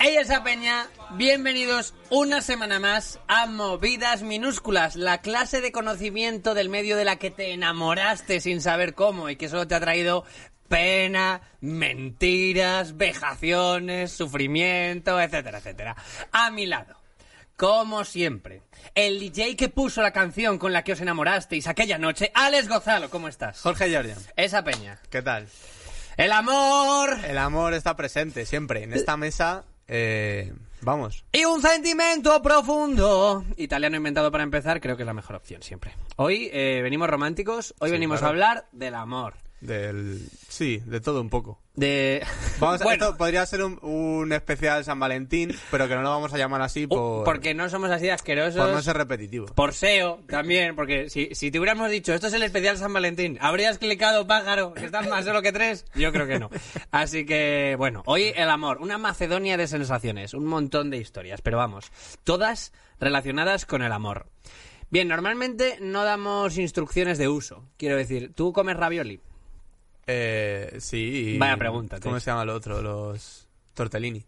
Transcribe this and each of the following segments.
esa peña, bienvenidos una semana más a Movidas Minúsculas, la clase de conocimiento del medio de la que te enamoraste sin saber cómo y que solo te ha traído pena, mentiras, vejaciones, sufrimiento, etcétera, etcétera. A mi lado, como siempre, el DJ que puso la canción con la que os enamorasteis aquella noche, Alex Gozalo, ¿cómo estás? Jorge Jordan, Esa peña. ¿qué tal? El amor El amor está presente siempre. En esta mesa, eh, vamos. Y un sentimiento profundo. Italiano inventado para empezar, creo que es la mejor opción siempre. Hoy eh, venimos románticos, hoy Sí, venimos claro. a hablar del amor. Del. Sí, de todo un poco. De. Vamos, a- Bueno, Esto podría ser un, un especial San Valentín, pero que no lo vamos a llamar así uh, por, porque no somos así de asquerosos. por no ser repetitivo. Por SEO también, porque si, si te hubiéramos dicho esto es el especial San Valentín, ¿habrías clicado pájaro? que ¿Estás más solo que tres? Yo creo que no. Así que, bueno, hoy el amor, una macedonia de sensaciones, un montón de historias, pero vamos, todas relacionadas con el amor. Bien, normalmente no damos instrucciones de uso. Quiero decir, ¿tú comes ravioli? Eh, sí. y- Vaya pregunta, ¿Cómo tío. se llama el otro? Los tortellini.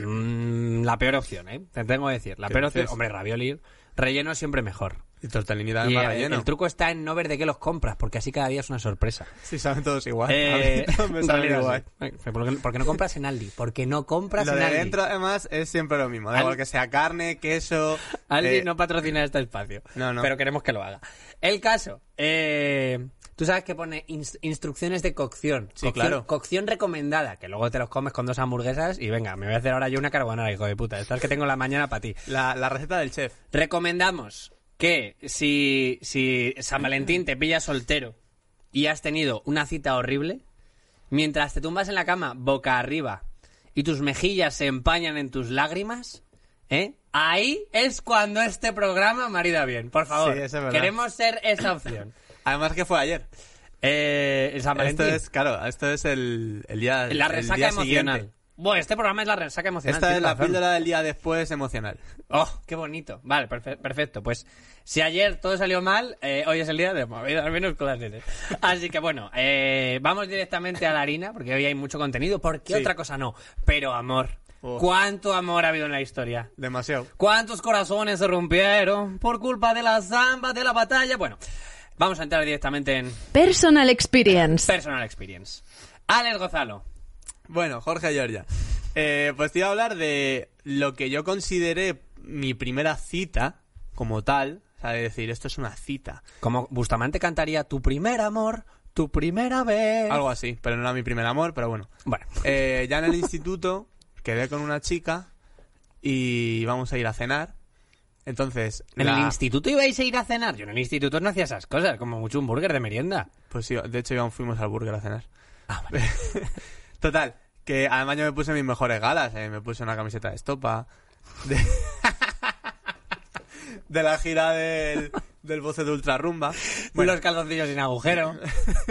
Mm, la peor opción, ¿eh? Te tengo que decir. La ¿Qué peor opción. dices? Hombre, ravioli, relleno siempre mejor. Y tortellini Y también el- más relleno. el truco está en no ver de qué los compras, porque así cada día es una sorpresa. Sí, saben todos igual. Eh, A mí me en saben realidad igual. sí. Eh, Porque, porque no compras en Aldi. Porque no compras Lo en de Aldi. dentro, además, es siempre lo mismo. Da Al- igual que sea carne, queso. Aldi eh, no patrocina este espacio. No, no. Pero queremos que lo haga. El caso. eh, Tú sabes que pone ins- instrucciones de cocción. Sí, Cocción- claro. Cocción recomendada, que luego te los comes con dos hamburguesas y venga, me voy a hacer ahora yo una carbonara, hijo de puta. Estas que tengo la mañana para ti. la, la receta del chef. Recomendamos que si, si San Valentín te pilla soltero y has tenido una cita horrible, mientras te tumbas en la cama boca arriba y tus mejillas se empañan en tus lágrimas, ¿eh? ahí es cuando este programa marida bien. Por favor, Sí, eso es verdad. queremos ser esa opción. Además que fue ayer. Eh, el San Esto Valentín, es, claro, esto es el, el día la el resaca día emocional. siguiente. Bueno, este programa es la resaca emocional. Esta es tienes la razón. píldora del día después emocional. Oh, qué bonito. Vale, perfe- perfecto. Pues si ayer todo salió mal, eh, hoy es el día de movidas menos con las nenes. Así que bueno, eh, vamos directamente a la harina, porque hoy hay mucho contenido. ¿Por qué Sí. otra cosa no? Pero amor. Oh. ¿Cuánto amor ha habido en la historia? Demasiado. ¿Cuántos corazones se rompieron por culpa de la zamba, de la batalla? Bueno, vamos a entrar directamente en Personal Experience. Personal Experience. Alex Gozalo. Bueno, Jorge Giorgia. Eh, pues te iba a hablar de lo que yo consideré mi primera cita como tal. O sea, de decir, esto es una cita. Como Bustamante cantaría Tu primer amor, tu primera vez. Algo así, pero no era mi primer amor, pero bueno. Bueno. Eh, ya en el instituto quedé con una chica y íbamos a ir a cenar. Entonces, ¿En la- el instituto ibais a ir a cenar? Yo en el instituto no hacía esas cosas, como mucho un burger de merienda. pues sí, de hecho íbamos- fuimos al burger a cenar. Ah, Total, que además yo me puse mis mejores galas, eh, me puse una camiseta de estopa. De, de la gira del, del voce de Ultrarrumba. Bueno, Los calzoncillos sin agujero.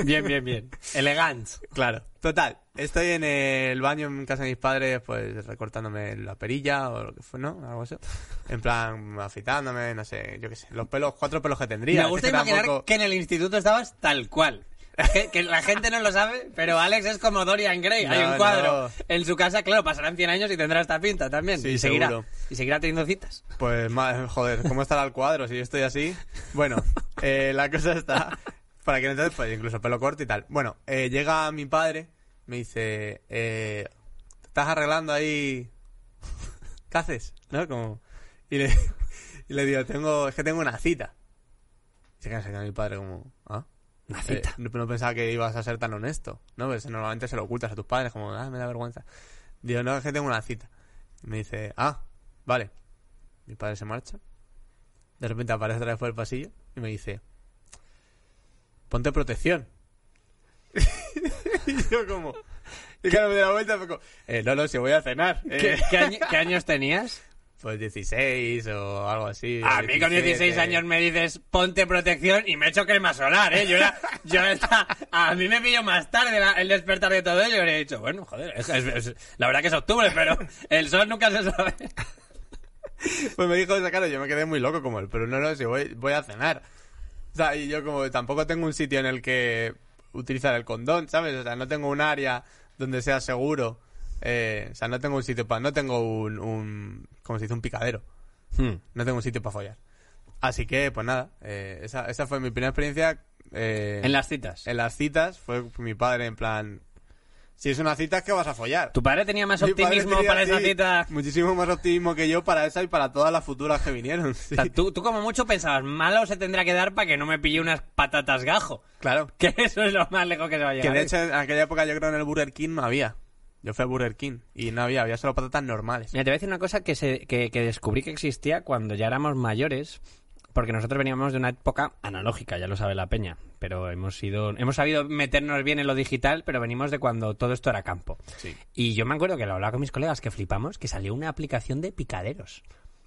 bien, bien, bien. Elegant. claro. Total, estoy en el baño en casa de mis padres, pues recortándome la perilla o lo que fue, ¿no? Algo así. En plan, afeitándome, no sé, yo qué sé. Los pelos, cuatro pelos que tendría. Me es gusta que imaginar tampoco- que en el instituto estabas tal cual. Que, que la gente no lo sabe, pero Alex es como Dorian Gray. Hay No, un cuadro no. en su casa, claro, pasarán 100 años y tendrá esta pinta también. Sí, y, seguirá, seguro. y seguirá teniendo citas. Pues, ma- joder, ¿cómo estará el cuadro si yo estoy así? Bueno, eh, la cosa está... Para que entonces, pues incluso pelo corto y tal. Bueno, eh, llega mi padre, me dice... eh, ¿Te estás arreglando ahí? ¿Qué haces? ¿No? Como... Y le, y le digo, tengo, es que tengo una cita. Y se queda sacando mi padre como... ¿Ah? Una Eh, cita. no, no pensaba que ibas a ser tan honesto, ¿no? Pues normalmente se lo ocultas a tus padres, como, ah, me da vergüenza. Digo, no, es que tengo una cita. Y me dice, ah, vale. Mi padre se marcha. De repente aparece otra vez por el pasillo y me dice, ponte protección. y yo como... Y claro, me doy la vuelta y fue como, eh, no, no, si voy a cenar. eh, ¿Qué, qué año- qué años tenías? pues 16 o algo así. A mí con 16 17. años me dices ponte protección y me echo crema solar, ¿eh? Yo era, yo era- a mí me pillo más tarde la- el despertar de todo ello y habría dicho, bueno, joder, es- es- es- la verdad que es octubre, pero el sol nunca se sabe. Pues me dijo esa cara, yo me quedé muy loco como él, pero no, no, si voy, voy a cenar. O sea, y yo como tampoco tengo un sitio en el que utilizar el condón, ¿sabes? O sea, no tengo un área donde sea seguro Eh, o sea, no tengo un sitio para. No tengo un, un. ¿Cómo se dice? Un picadero. Hmm. No tengo un sitio para follar. Así que, pues nada. eh, esa, esa fue mi primera experiencia. eh, En las citas. en las citas. Fue mi padre en plan. Si es una cita, es que vas a follar. ¿Tu padre tenía más Mi padre optimismo tenía, para esa sí, cita? Muchísimo más optimismo que yo para esa y para todas las futuras que vinieron. sí. O sea, tú, tú como mucho pensabas, malo se tendrá que dar para que no me pille unas patatas gajo. Claro. Que eso es lo más lejos que se va a Que llegar. de ¿eh? hecho en aquella época yo creo en el Burger King no había. Yo fui a Burger King y no había, había solo patatas normales. Mira, te voy a decir una cosa que, se, que, que descubrí que existía cuando ya éramos mayores, porque nosotros veníamos de una época analógica, ya lo sabe la peña, pero hemos sido, hemos sabido meternos bien en lo digital, pero venimos de cuando todo esto era campo. Sí. Y yo me acuerdo que lo hablaba con mis colegas que flipamos, que salió una aplicación de picaderos.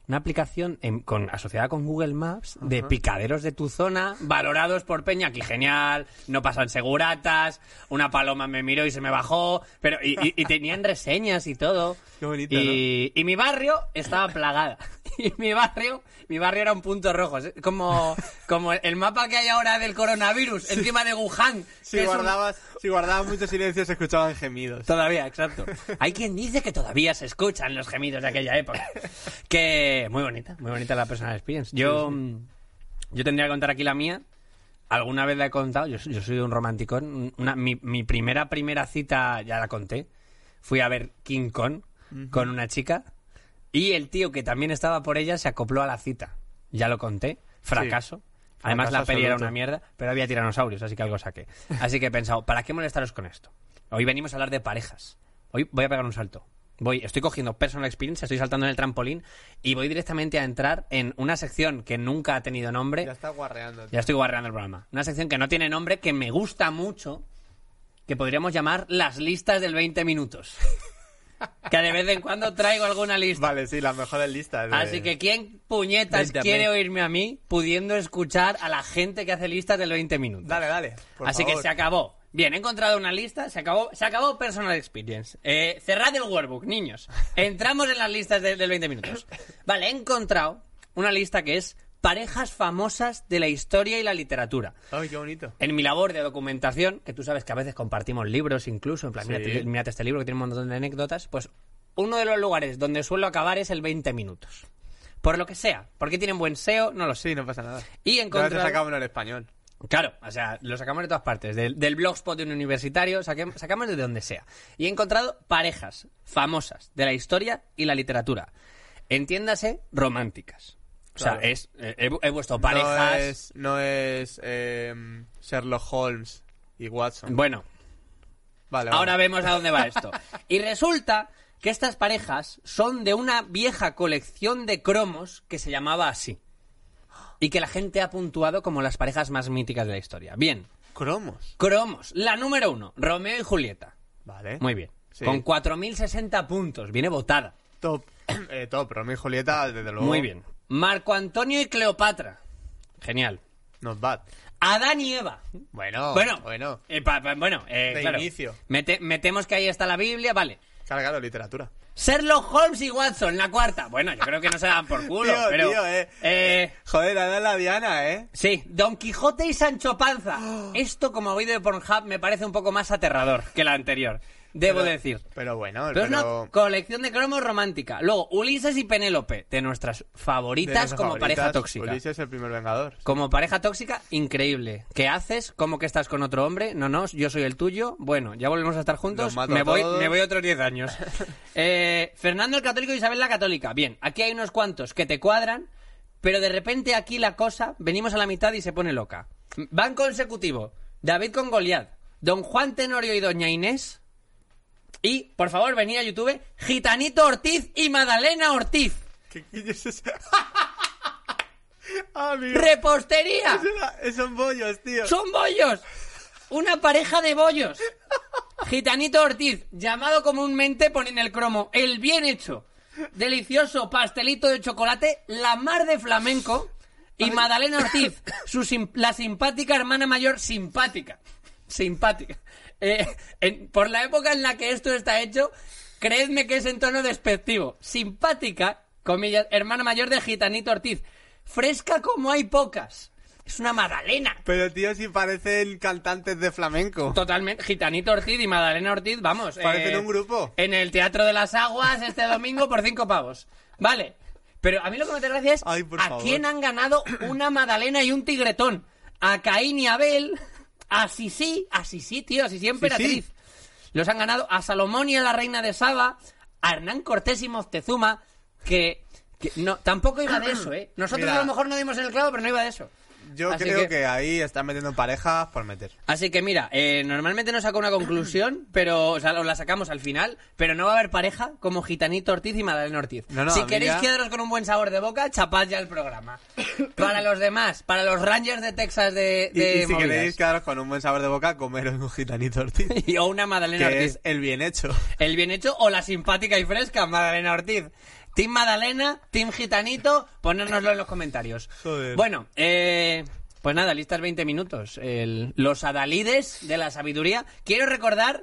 Una aplicación en- con, asociada con Google Maps de picaderos de tu zona, valorados por Peña, que genial, no pasan seguratas, una paloma me miró y se me bajó, pero y, y- y tenían reseñas y todo. Qué bonito, y, y mi barrio estaba plagada. Y mi barrio, mi barrio era un punto rojo, es como, como el mapa que hay ahora del coronavirus, encima de Wuhan. que Si es un- guardabas, si guardabas mucho silencio se escuchaban gemidos. Todavía, exacto. Hay quien dice que todavía se escuchan los gemidos de aquella época. Que muy bonita, muy bonita la personal experience. Yo, mm, yo tendría que contar aquí la mía. Alguna vez la he contado, yo, yo soy un romanticón. Una- mi, mi primera, primera cita ya la conté. Fui a ver King Kong con una chica y el tío que también estaba por ella se acopló a la cita. Ya lo conté, fracaso. Además Fracaso la peli era absoluto. una mierda, pero había tiranosaurios, así que algo saqué. Así que he pensado, ¿para qué molestaros con esto? Hoy venimos a hablar de parejas. Hoy voy a pegar un salto. Voy, estoy cogiendo personal experience, estoy saltando en el trampolín y voy directamente a entrar en una sección que nunca ha tenido nombre. Ya está guarreando. Ya estoy guarreando el programa. Una sección que no tiene nombre, que me gusta mucho, que podríamos llamar las listas del 20 minutos. que de vez en cuando traigo alguna lista. Vale, sí, las mejores listas. de- Así que ¿quién puñetas Vente a quiere mí. oírme a mí pudiendo escuchar a la gente que hace listas del 20 minutos? Dale, dale. por Así favor. que se acabó. Bien, he encontrado una lista, se acabó, se acabó Personal Experience. Eh, cerrad el workbook, niños. Entramos en las listas de- del 20 minutos. Vale, he encontrado una lista que es parejas famosas de la historia y la literatura. Ay, qué bonito. En mi labor de documentación, que tú sabes que a veces compartimos libros incluso, en plan, Sí. mírate, mírate este libro que tiene un montón de anécdotas, pues uno de los lugares donde suelo acabar es el 20 minutos. Por lo que sea, porque tienen buen SEO, no lo sé. Sí, no pasa nada. Y No te encontrado... sacamos en el español. Claro, o sea, lo sacamos de todas partes, del, del blogspot de un universitario, saquem- sacamos de donde sea. Y he encontrado parejas famosas de la historia y la literatura. Entiéndase, románticas. O sea, Claro. es, eh, he, bu- he puesto parejas... No es, no es eh, Sherlock Holmes y Watson. Bueno, Vale, vale. Ahora vemos a dónde va esto. Y resulta que estas parejas son de una vieja colección de cromos que se llamaba así. Y que la gente ha puntuado como las parejas más míticas de la historia. Bien, Cromos. cromos. La número uno, Romeo y Julieta. Vale. Muy bien. ¿Eh? Sí. Con 4.060 puntos. Viene votada. Top. eh, top. Romeo y Julieta, desde luego. Muy bien. Marco Antonio y Cleopatra. Genial. Not bad. Adán y Eva. Bueno, bueno, bueno. eh, pa- pa- bueno eh, De claro. inicio. Mete- metemos que ahí está la Biblia, vale. Cargado literatura. Sherlock Holmes y Watson, la cuarta. Bueno, yo creo que no se dan por culo, Tío, pero. tío, eh. eh, Joder, ahora es la Diana, ¿eh? sí, Don Quijote y Sancho Panza. Esto, como vídeo de Pornhub, me parece un poco más aterrador que la anterior, debo Pero- decir. Pero bueno, Pero pero... es una colección de cromos romántica. Luego, Ulises y Penélope, de nuestras de favoritas nuestras como favoritas, pareja tóxica. Ulises es el primer vengador. Como pareja tóxica, increíble. ¿Qué haces? ¿Cómo que estás con otro hombre? No, no, yo soy el tuyo. Bueno, ya volvemos a estar juntos. Los mato Me a voy, todos. me voy otros 10 años. Eh, Fernando el Católico y Isabel la Católica. Bien, aquí hay unos cuantos que te cuadran, pero de repente aquí la cosa, venimos a la mitad y se pone loca. Van consecutivo. David con Goliat, Don Juan Tenorio y Doña Inés. Y, por favor, venid a YouTube, Gitanito Ortiz y Madalena Ortiz. ¿Qué, qué es eso? Amigo, ¡Repostería! es- son bollos, tío. ¡Son bollos! Una pareja de bollos. Gitanito Ortiz, llamado comúnmente, pone en el cromo, el bien hecho, delicioso pastelito de chocolate, la mar de flamenco, y Madalena Ortiz, su sim- la simpática hermana mayor, simpática. Simpática. Eh, en- por la época en la que esto está hecho, creedme que es en tono despectivo. Simpática, comillas, hermana mayor de Gitanito Ortiz. Fresca como hay pocas. Es una magdalena. Pero tío, si parecen cantantes de flamenco. Totalmente. Gitanito Ortiz y Madalena Ortiz, vamos. eh, Parecen un grupo. En el Teatro de las Aguas este domingo por cinco pavos. Vale. Pero a mí lo que me hace gracia es Ay, por a favor. quién han ganado una Madalena y un Tigretón. A Caín y Abel. A Sisi. A Sisi, tío. A Sisi Emperatriz. Los han ganado a Salomón y a la Reina de Saba. A Hernán Cortés y Moctezuma. Que... que no, tampoco iba de eso, ¿eh? Nosotros Mira. a lo mejor no dimos en el clavo, pero no iba de eso. Yo Así creo que- que... ahí están metiendo parejas por meter. Así que mira, eh, normalmente no saco una conclusión, pero o sea, os la sacamos al final, pero no va a haber pareja como Gitanito Ortiz y Madalena Ortiz. No, no, si a mí queréis ya- quedaros con un buen sabor de boca, chapad ya el programa. Para los demás, para los Rangers de Texas de, Y, de y si movidas. queréis quedaros con un buen sabor de boca, comeros un gitanito Ortiz. Y o una Madalena que Ortiz. es el bien hecho. El bien hecho o la simpática y fresca Madalena Ortiz. Team Madalena, Team Gitanito, ponérnoslo en los comentarios. Joder. Bueno, eh, pues nada, listas 20 minutos. El- los adalides de la sabiduría. Quiero recordar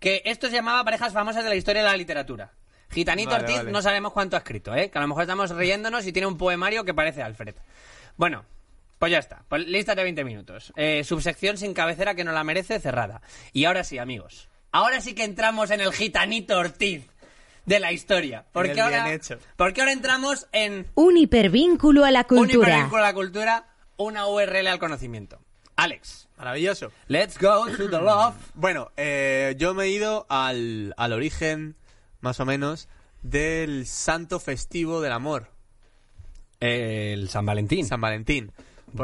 que esto se llamaba parejas famosas de la historia de la literatura. Gitanito Vale, Ortiz vale. no sabemos cuánto ha escrito, ¿eh? que a lo mejor estamos riéndonos y tiene un poemario que parece Alfred. Bueno, pues ya está. Pues listas de 20 minutos. Eh, subsección sin cabecera que no la merece, cerrada. Y ahora sí, amigos. Ahora sí que entramos en el Gitanito Ortiz de la historia. Porque, el ahora, bien hecho. porque ahora entramos en Un hipervínculo a la un cultura. hipervínculo a la cultura, una URL al conocimiento. Alex, Maravilloso. let's go to the love. Bueno, eh, yo me he ido al, al origen, más o menos, del santo festivo del amor, El San Valentín. San Valentín.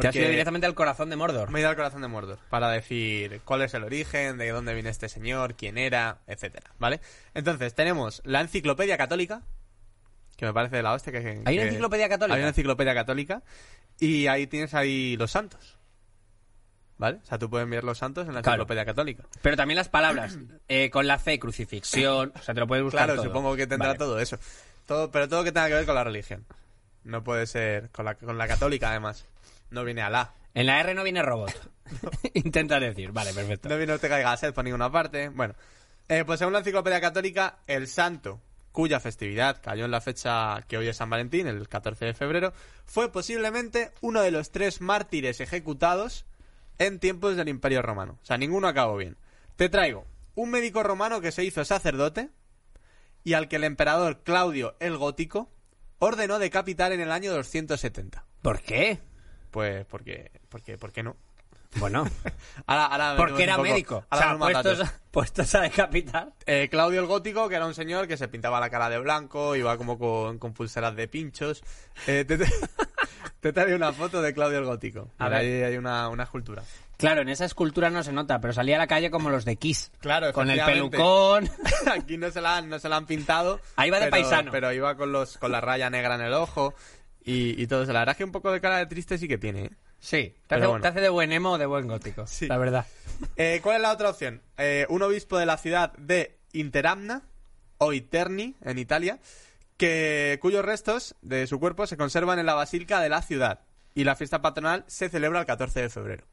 Te has ido directamente al corazón de Mordor. Me he ido al corazón de Mordor para decir cuál es el origen, de dónde viene este señor, quién era, etcétera, ¿vale? Entonces, tenemos la Enciclopedia Católica, que me parece de la hostia. Que, que- ¿Hay una enciclopedia católica? Hay una Enciclopedia Católica y ahí tienes ahí los santos, ¿vale? O sea, tú puedes ver los santos en la Claro. Enciclopedia Católica. Pero también las palabras, eh, con la fe, crucifixión, o sea, te lo puedes buscar Claro, todo. supongo que tendrá Vale. todo eso. Todo, pero todo que tenga que ver con la religión. No puede ser con la, con la católica, además. No viene Alá. En la R no viene robot. Intenta decir, vale, perfecto. No viene Ortega y Gasset por ninguna parte. Bueno, eh, pues según la enciclopedia católica, el santo, cuya festividad cayó en la fecha que hoy es San Valentín, el 14 de febrero, fue posiblemente uno de los tres mártires ejecutados en tiempos del Imperio Romano. O sea, ninguno acabó bien. Te traigo un médico romano que se hizo sacerdote y al que el emperador Claudio el Gótico ordenó decapitar en el año 270. ¿Por qué? Pues porque, porque, ¿por qué no? Bueno, Ahora, ahora porque era metemos un médico. poco- O ahora sea, metemos más puestos, datos. puestos a decapitar. Eh, Claudio el Gótico, que era un señor que se pintaba la cara de blanco, iba como con, con pulseras de pinchos. Eh, te, te traigo una foto de Claudio el Gótico. A A ver, ahí ver. hay una, una escultura. Claro, en esa escultura no se nota, pero salía a la calle como los de Kiss. Claro, Con el efectivamente. pelucón. Aquí no se la han, no se la han pintado. Ahí va de pero- paisano. Pero iba con, los, con la raya negra en el ojo y, y todo eso. La verdad es que un poco de cara de triste sí que tiene. ¿eh? Sí, te Pero hace, bueno. te hace de buen emo o de buen gótico, Sí. la verdad. Eh, ¿Cuál es la otra opción? Eh, un obispo de la ciudad de Interamna o Iterni, en Italia, que, cuyos restos de su cuerpo se conservan en la basílica de la ciudad. Y la fiesta patronal se celebra el 14 de febrero.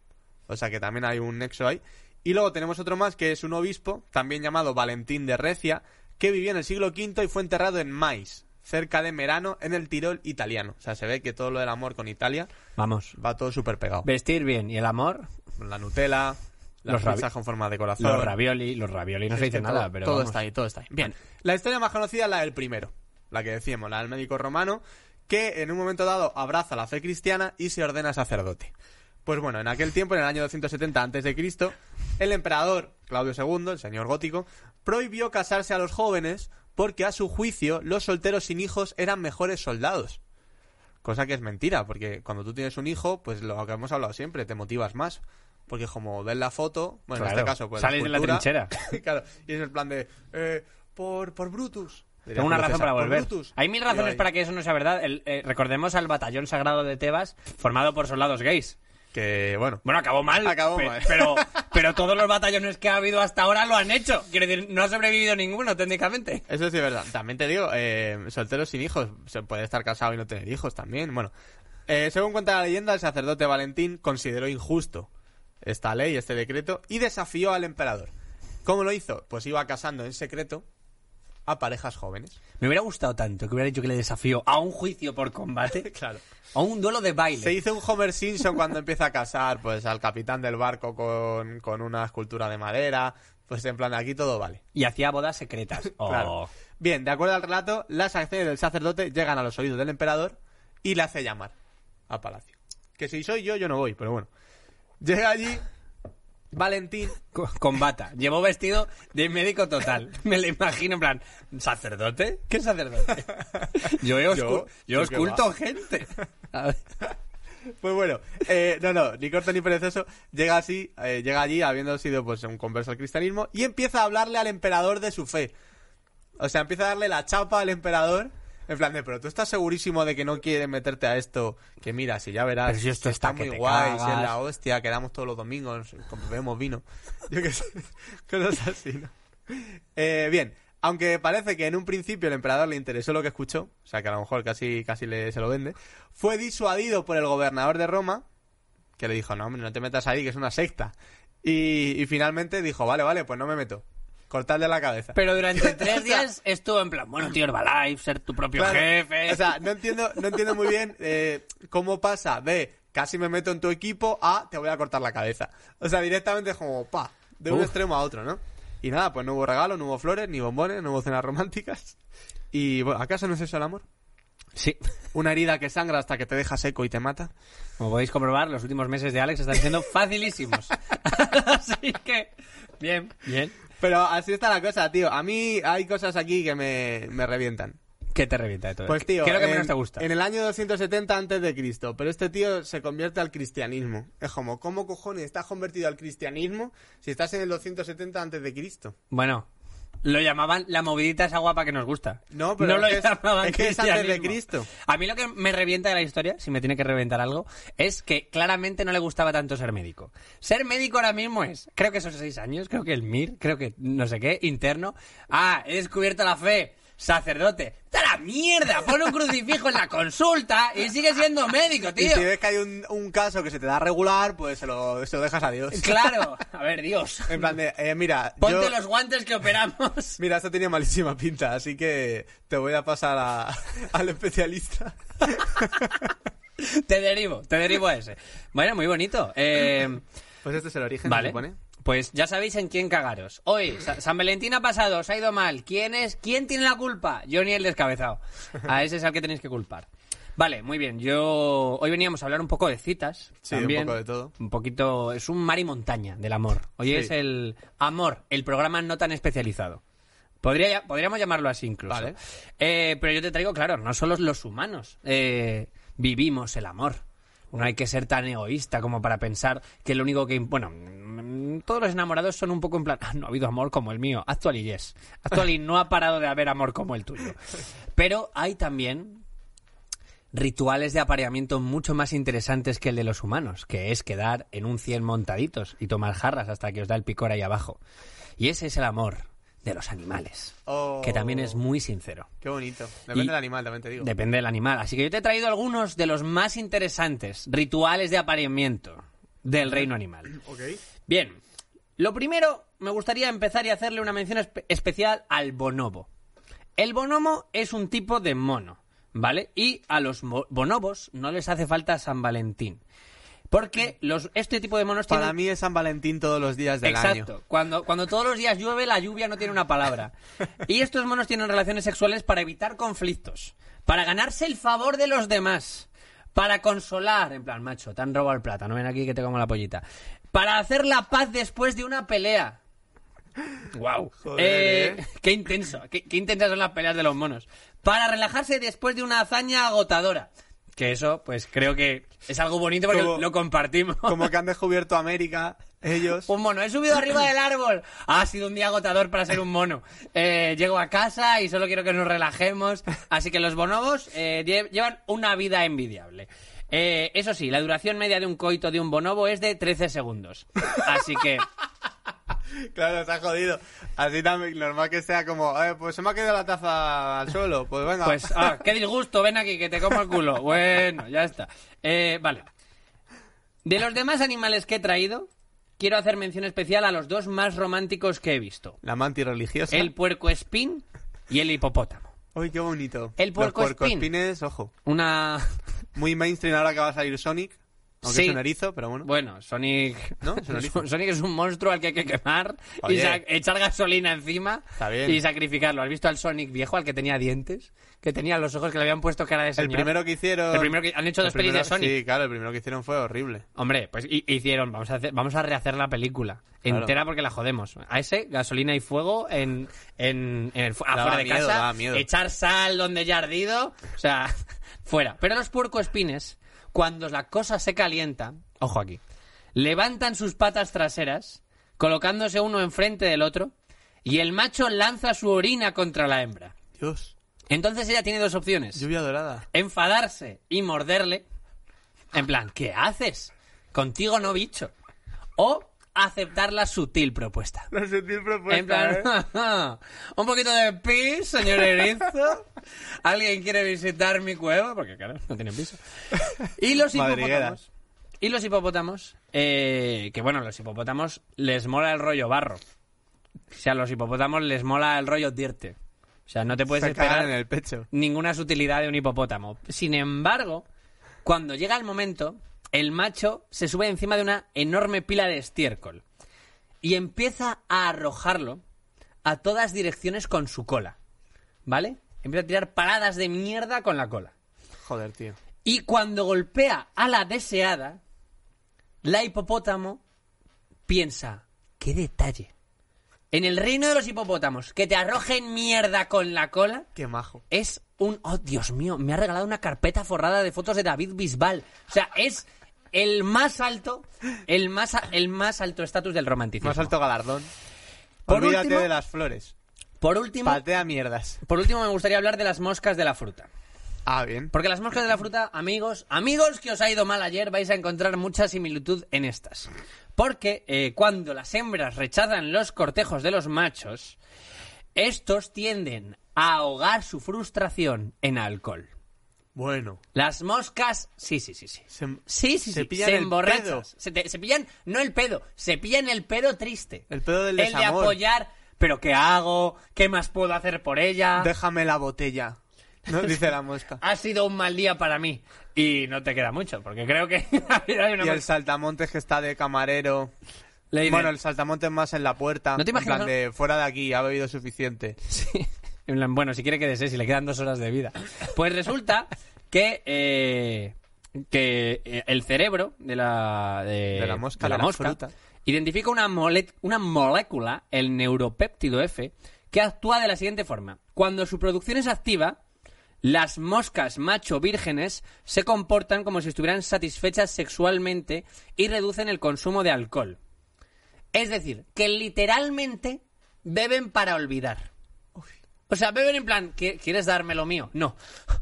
O sea que también hay un nexo ahí. Y luego tenemos otro más que es un obispo, también llamado Valentín de Recia, que vivió en el siglo V y fue enterrado en Mais, cerca de Merano, en el Tirol italiano. O sea, se ve que todo lo del amor con Italia Vamos. va todo súper pegado. Vestir bien y el amor, La Nutella, las Los rabi- pizzas con forma de corazón. los ravioli, los ravioli no se Es que dice nada, todo- pero Todo vamos. está ahí, todo está ahí. Bien, la historia más conocida es la del primero, la que decíamos, la del médico romano, que en un momento dado abraza la fe cristiana y se ordena sacerdote. Pues bueno, en aquel tiempo, en el año 270 a.C., el emperador Claudio II, el señor gótico, prohibió casarse a los jóvenes porque a su juicio los solteros sin hijos eran mejores soldados. Cosa que es mentira, porque cuando tú tienes un hijo, pues lo que hemos hablado siempre, te motivas más. Porque como ves la foto, bueno, en Claro, este caso, pues sales de la escultura- trinchera. claro, y es el plan de. eh, por, por Brutus. Diría Tengo una Julio razón César, para "Por volver. Brutus". Hay mil Y razones ahí, para que eso no sea verdad. El- eh, recordemos al batallón sagrado de Tebas, formado por soldados gays. Que, bueno. Bueno, acabó mal. Acabó pe- mal. Pero, pero todos los batallones que ha habido hasta ahora lo han hecho. Quiero decir, no ha sobrevivido ninguno, técnicamente. Eso sí es verdad. También te digo, eh, solteros sin hijos. Se puede estar casado y no tener hijos también. Bueno, eh, según cuenta la leyenda, el sacerdote Valentín consideró injusto esta ley, este decreto, y desafió al emperador. ¿Cómo lo hizo? Pues iba casando en secreto a parejas jóvenes. Me hubiera gustado tanto que hubiera dicho que le desafío a un juicio por combate, Claro. a un duelo de baile. Se dice un Homer Simpson cuando empieza a casar pues al capitán del barco con, con una escultura de madera. Pues en plan, aquí todo vale. Y hacía bodas secretas. Oh. Claro. Bien, de acuerdo al relato, las acciones del sacerdote llegan a los oídos del emperador y le hace llamar a palacio. Que si soy yo, yo no voy, pero bueno. Llega allí Valentín. Co- Con bata. Llevó vestido de médico total. Me lo imagino, en plan, ¿sacerdote? ¿Qué sacerdote? Yo, he oscu- Yo, yo, yo qué osculto va. gente. A ver. Pues bueno, eh, no, no, ni corto ni perezoso. Llega así, eh, llega allí habiendo sido pues un converso al cristianismo y empieza a hablarle al emperador de su fe. O sea, empieza a darle la chapa al emperador. En plan de, pero tú estás segurísimo de que no quieres meterte a esto. Que mira, si ya verás. Pero si esto está que muy te guay, si es cagas. la hostia, quedamos todos los domingos, bebemos vino. Yo qué sé. Cosas así, ¿no? Eh, bien, aunque parece que en un principio el emperador le interesó lo que escuchó, o sea que a lo mejor casi, casi le, se lo vende, fue disuadido por el gobernador de Roma, que le dijo, no, hombre, no te metas ahí, que es una secta. Y, y finalmente dijo, vale, vale, pues no me meto. Cortarle la cabeza. Pero durante tres días estuvo en plan, bueno, tío, Herbalife, ser tu propio Claro, jefe. O sea, no entiendo, no entiendo muy bien eh, cómo pasa de casi me meto en tu equipo a te voy a cortar la cabeza. O sea, directamente es como, pa, de un Uf. extremo a otro, ¿no? Y nada, pues no hubo regalo, no hubo flores, ni bombones, no hubo cenas románticas. Y bueno, ¿acaso no es eso el amor? Sí. Una herida que sangra hasta que te deja seco y te mata. Como podéis comprobar, los últimos meses de Alex están siendo facilísimos. Así que, bien, bien. Pero así está la cosa, tío. A mí hay cosas aquí que me, me revientan. ¿Qué te revienta de todo? Pues tío, ¿Qué es lo que en- menos te gusta? En el año 270 antes de Cristo, pero este tío se convierte al cristianismo. Es como, ¿cómo cojones estás convertido al cristianismo si estás en el 270 antes de Cristo? Bueno, lo llamaban la movidita esa guapa que nos gusta. No, pero lo es que es- llamaban es que es antes de cristianismo. Cristo. A mí lo que me revienta de la historia, si me tiene que reventar algo, es que claramente no le gustaba tanto ser médico. Ser médico ahora mismo es, creo que esos seis años, creo que el MIR, creo que no sé qué, interno. Ah, he descubierto la fe. Sacerdote, ¡Está la mierda! Pon un crucifijo en la consulta y sigue siendo médico, tío. Y si ves que hay un, un caso que se te da regular, pues se lo, se lo dejas a Dios. Claro, a ver, Dios. En plan de, eh, mira, Ponte yo- los guantes que operamos. Mira, esto tenía malísima pinta, así que te voy a pasar a- al especialista. Te derivo, te derivo a ese. Bueno, muy bonito. Eh, Pues este es el origen, se vale. supone. Pues ya sabéis en quién cagaros. Hoy, Sa- San Valentín ha pasado, os ha ido mal. ¿Quién es? ¿Quién tiene la culpa? Johnny el descabezado. A ese es al que tenéis que culpar. Vale, muy bien. Yo hoy veníamos a hablar un poco de citas. Sí, un también. poco de todo. Un poquito. Es un mar y montaña del amor. Hoy Sí. es el amor, el programa no tan especializado. Podría, podríamos llamarlo así incluso. Vale. Eh, pero yo te traigo, claro, no solo los humanos eh, vivimos el amor. No hay que ser tan egoísta como para pensar que lo único que... im- Bueno, mm, todos los enamorados son un poco en plan, "Ah, no ha habido amor como el mío. Actually, yes. Actually, no ha parado de haber amor como el tuyo. Pero hay también rituales de apareamiento mucho más interesantes que el de los humanos, que es quedar en un cien montaditos y tomar jarras hasta que os da el picor ahí abajo. Y ese es el amor de los animales, Oh. que también es muy sincero. Qué bonito. Depende Y- del animal, también te digo. Depende del animal. Así que yo te he traído algunos de los más interesantes rituales de apareamiento del reino animal. Ok. Bien, lo primero me gustaría empezar y hacerle una mención espe- especial al bonobo. El bonobo es un tipo de mono, ¿vale? Y a los mo- bonobos no les hace falta San Valentín. Porque los, este tipo de monos Para tienen... mí es San Valentín todos los días del año. Exacto. Cuando, cuando todos los días llueve, la lluvia no tiene una palabra. Y estos monos tienen relaciones sexuales para evitar conflictos, para ganarse el favor de los demás, para consolar, en plan, macho, te han robado el plátano, ven aquí que te como la pollita, para hacer la paz después de una pelea. Wow. Joder, ¿eh? Qué intenso, qué, qué intensas son las peleas de los monos. Para relajarse después de una hazaña agotadora. Que eso, pues creo que es algo bonito porque Como- lo compartimos. Como que han descubierto América, Un ellos. Pues mono, he subido arriba del árbol. Ha sido un día agotador para ser un mono. Eh, llego a casa y solo quiero que nos relajemos. Así que los bonobos eh, lle- llevan una vida envidiable. Eh, eso sí, la duración media de un coito de un bonobo es de 13 segundos. Así que, Claro, está jodido. Así también, normal que sea como, eh, pues se me ha quedado la taza al suelo, pues venga. pues, ah, qué disgusto, ven aquí que te como el culo. Bueno, ya está. Eh, vale. De los demás animales que he traído, quiero hacer mención especial a los dos más románticos que he visto. La mantis religiosa. El puerco espín y el hipopótamo. Uy, qué bonito. El puerco Los espín. puercoespines, ojo. Una... Muy mainstream ahora que va a salir Sonic. Aunque Sí. es un erizo, pero bueno. Bueno, Sonic... ¿No? Es un erizo. Sonic es un monstruo al que hay que quemar y Oye. sa- echar gasolina encima Está bien. y sacrificarlo. ¿Has visto al Sonic viejo, al que tenía dientes? Que tenía los ojos que le habían puesto cara de señor. el primero que hicieron. El primero que- han hecho el dos pelis de primero- Sonic. Sí, claro, el primero que hicieron fue horrible. Hombre, pues hi- hicieron, vamos a, hacer- vamos a rehacer la película Claro. entera porque la jodemos. A ese, gasolina y fuego en, en, en el, fu- afuera de miedo, casa, daba miedo. echar sal donde ya ha ardido, o sea, fuera. Pero los puercoespines, cuando la cosa se calienta, ojo aquí, levantan sus patas traseras, colocándose uno enfrente del otro, y el macho lanza su orina contra la hembra. Dios, Entonces ella tiene dos opciones lluvia dorada. enfadarse y morderle. En plan, ¿qué haces? Contigo no bicho. O aceptar la sutil propuesta. ¿eh? La sutil propuesta. En plan, un poquito de pis, señor Erizo. ¿Alguien quiere visitar mi cueva? Porque claro, no tiene piso. Y los Madriguera. hipopótamos. Y los hipopótamos, eh, que bueno, los hipopótamos les mola el rollo barro. O sea, a los hipopótamos les mola el rollo dirte. O sea, no te puedes pues esperar en el pecho. ninguna sutilidad de un hipopótamo. Sin embargo, cuando llega el momento, el macho se sube encima de una enorme pila de estiércol y empieza a arrojarlo a todas direcciones con su cola. ¿Vale? Empieza a tirar paradas de mierda con la cola. Joder, tío. Y cuando golpea a la deseada, la hipopótamo piensa, qué detalle. En el reino de los hipopótamos, que te arrojen mierda con la cola, Qué majo. es un... Oh, Dios mío, me ha regalado una carpeta forrada de fotos de David Bisbal. O sea, es el más alto, el más, a- el más alto estatus del romanticismo. Más alto galardón. Por Olvídate último- de las flores. Por último, Patea mierdas. por último, me gustaría hablar de las moscas de la fruta. Ah, bien. Porque las moscas de la fruta, amigos, amigos que os ha ido mal ayer, vais a encontrar mucha similitud en estas. Porque eh, cuando las hembras rechazan los cortejos de los machos, estos tienden a ahogar su frustración en alcohol. Bueno. Las moscas, sí, sí, sí, sí. Se, Sí, sí, se sí. pillan se el emborrachan. pedo. Se, te- se pillan, no el pedo, se pillan el pedo triste. El pedo del El de desamor. apoyar, pero ¿qué hago? ¿Qué más puedo hacer por ella? Déjame la botella. No dice la mosca. Ha sido un mal día para mí. Y no te queda mucho, porque creo que hay una Y el mos- saltamontes que está de camarero. Le diré- Bueno, el saltamontes más en la puerta. ¿No te imaginas, En plan de fuera de aquí, ha bebido suficiente. Sí. En plan, Bueno, si quiere que desee, si le quedan dos horas de vida. Pues resulta que, eh, que eh, el cerebro de la, de, De la mosca, de la de la mosca, fruta. identifica una, mole- una molécula, el neuropéptido F, que actúa de la siguiente forma. Cuando su producción es activa, las moscas macho vírgenes se comportan como si estuvieran satisfechas sexualmente y reducen el consumo de alcohol. Es decir, que literalmente beben para olvidar. O sea, beben en plan, "¿Qui- ¿quieres darme lo mío? No.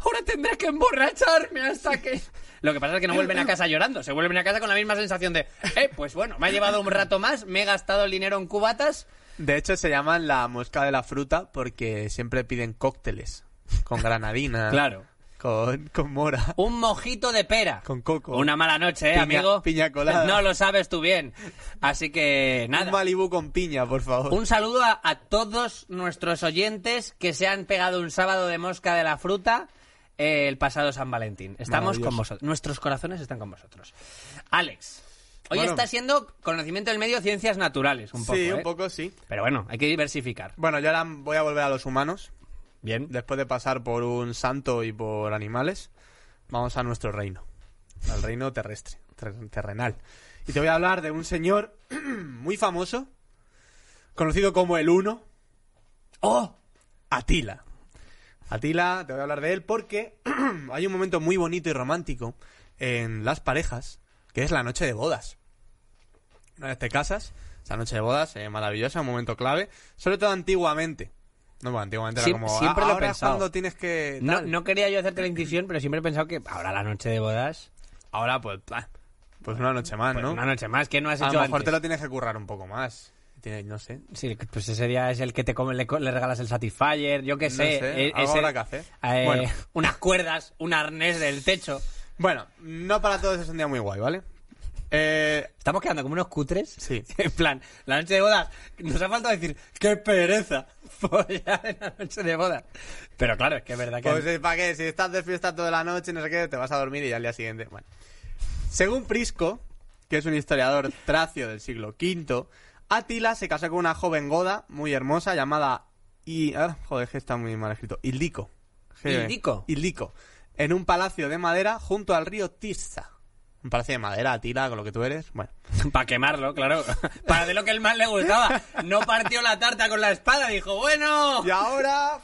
Ahora tendré que emborracharme hasta que... Lo que pasa es que no vuelven a casa llorando, se vuelven a casa con la misma sensación de, eh, pues bueno, me ha llevado un rato más, me he gastado el dinero en cubatas. De hecho, se llaman la mosca de la fruta porque siempre piden cócteles. Con granadina. Claro. Con, con mora. Un mojito de pera. Con coco. Una mala noche, ¿eh, Piña- amigo? piña colada. No lo sabes tú bien. Así que, nada. Un Malibu con piña, por favor. Un saludo a, a todos nuestros oyentes que se han pegado un sábado de mosca de la fruta eh, el pasado San Valentín. Estamos Maravilloso. con vosotros. Nuestros corazones están con vosotros. Alex, hoy Bueno. está siendo conocimiento del medio ciencias naturales, un poco. sí, ¿eh? un poco sí. Pero bueno, hay que diversificar. Bueno, yo ahora voy a volver a los humanos. Bien. Después de pasar por un santo y por animales, vamos a nuestro reino. Al reino terrestre, ter- terrenal. Y te voy a hablar de un señor muy famoso, conocido como el Uno, ¡Oh! Atila. Atila, te voy a hablar de él porque hay un momento muy bonito y romántico en las parejas, que es la noche de bodas. Una vez te casas, esa noche de bodas, eh, maravillosa, un momento clave, sobre todo antiguamente. No, bueno, antiguamente Siem- era como, "Ah, siempre lo he "Ahora es pensado". cuando tienes que... No, tal". no quería yo hacerte la incisión, pero siempre he pensado que ahora la noche de bodas, Ahora, pues, pla, pues una noche más, pues ¿no? una noche más, que no has a hecho lo mejor antes? te lo tienes que currar un poco más. Tiene- no sé. Sí, pues ese día es el que te come, le, co- le regalas el Satisfyer, yo qué No sé. sé, eh, algo ese- habrá que hacer. eh, Bueno. Unas cuerdas, un arnés del techo. Bueno, no para todos es un día muy guay, ¿vale? Eh, Estamos quedando como unos cutres. Sí. En plan, la noche de bodas. Nos ha faltado decir, ¡qué pereza! Follar en la noche de bodas. Pero claro, es que es verdad que. Pues para qué, si estás de fiesta toda la noche, no sé qué, te vas a dormir y ya al día siguiente. Bueno. Según Prisco, que es un historiador tracio del siglo V, Átila se casó con una joven goda muy hermosa llamada y ah, joder, que está muy mal escrito. Ildico. Je- ¿Ildico? Ildico. En un palacio de madera junto al río Tirsa. Un palacio de madera, Atila, con lo que tú eres. Bueno. Para quemarlo, claro. Para de lo que el más le gustaba. No partió la tarta con la espada. Dijo, bueno, Y ahora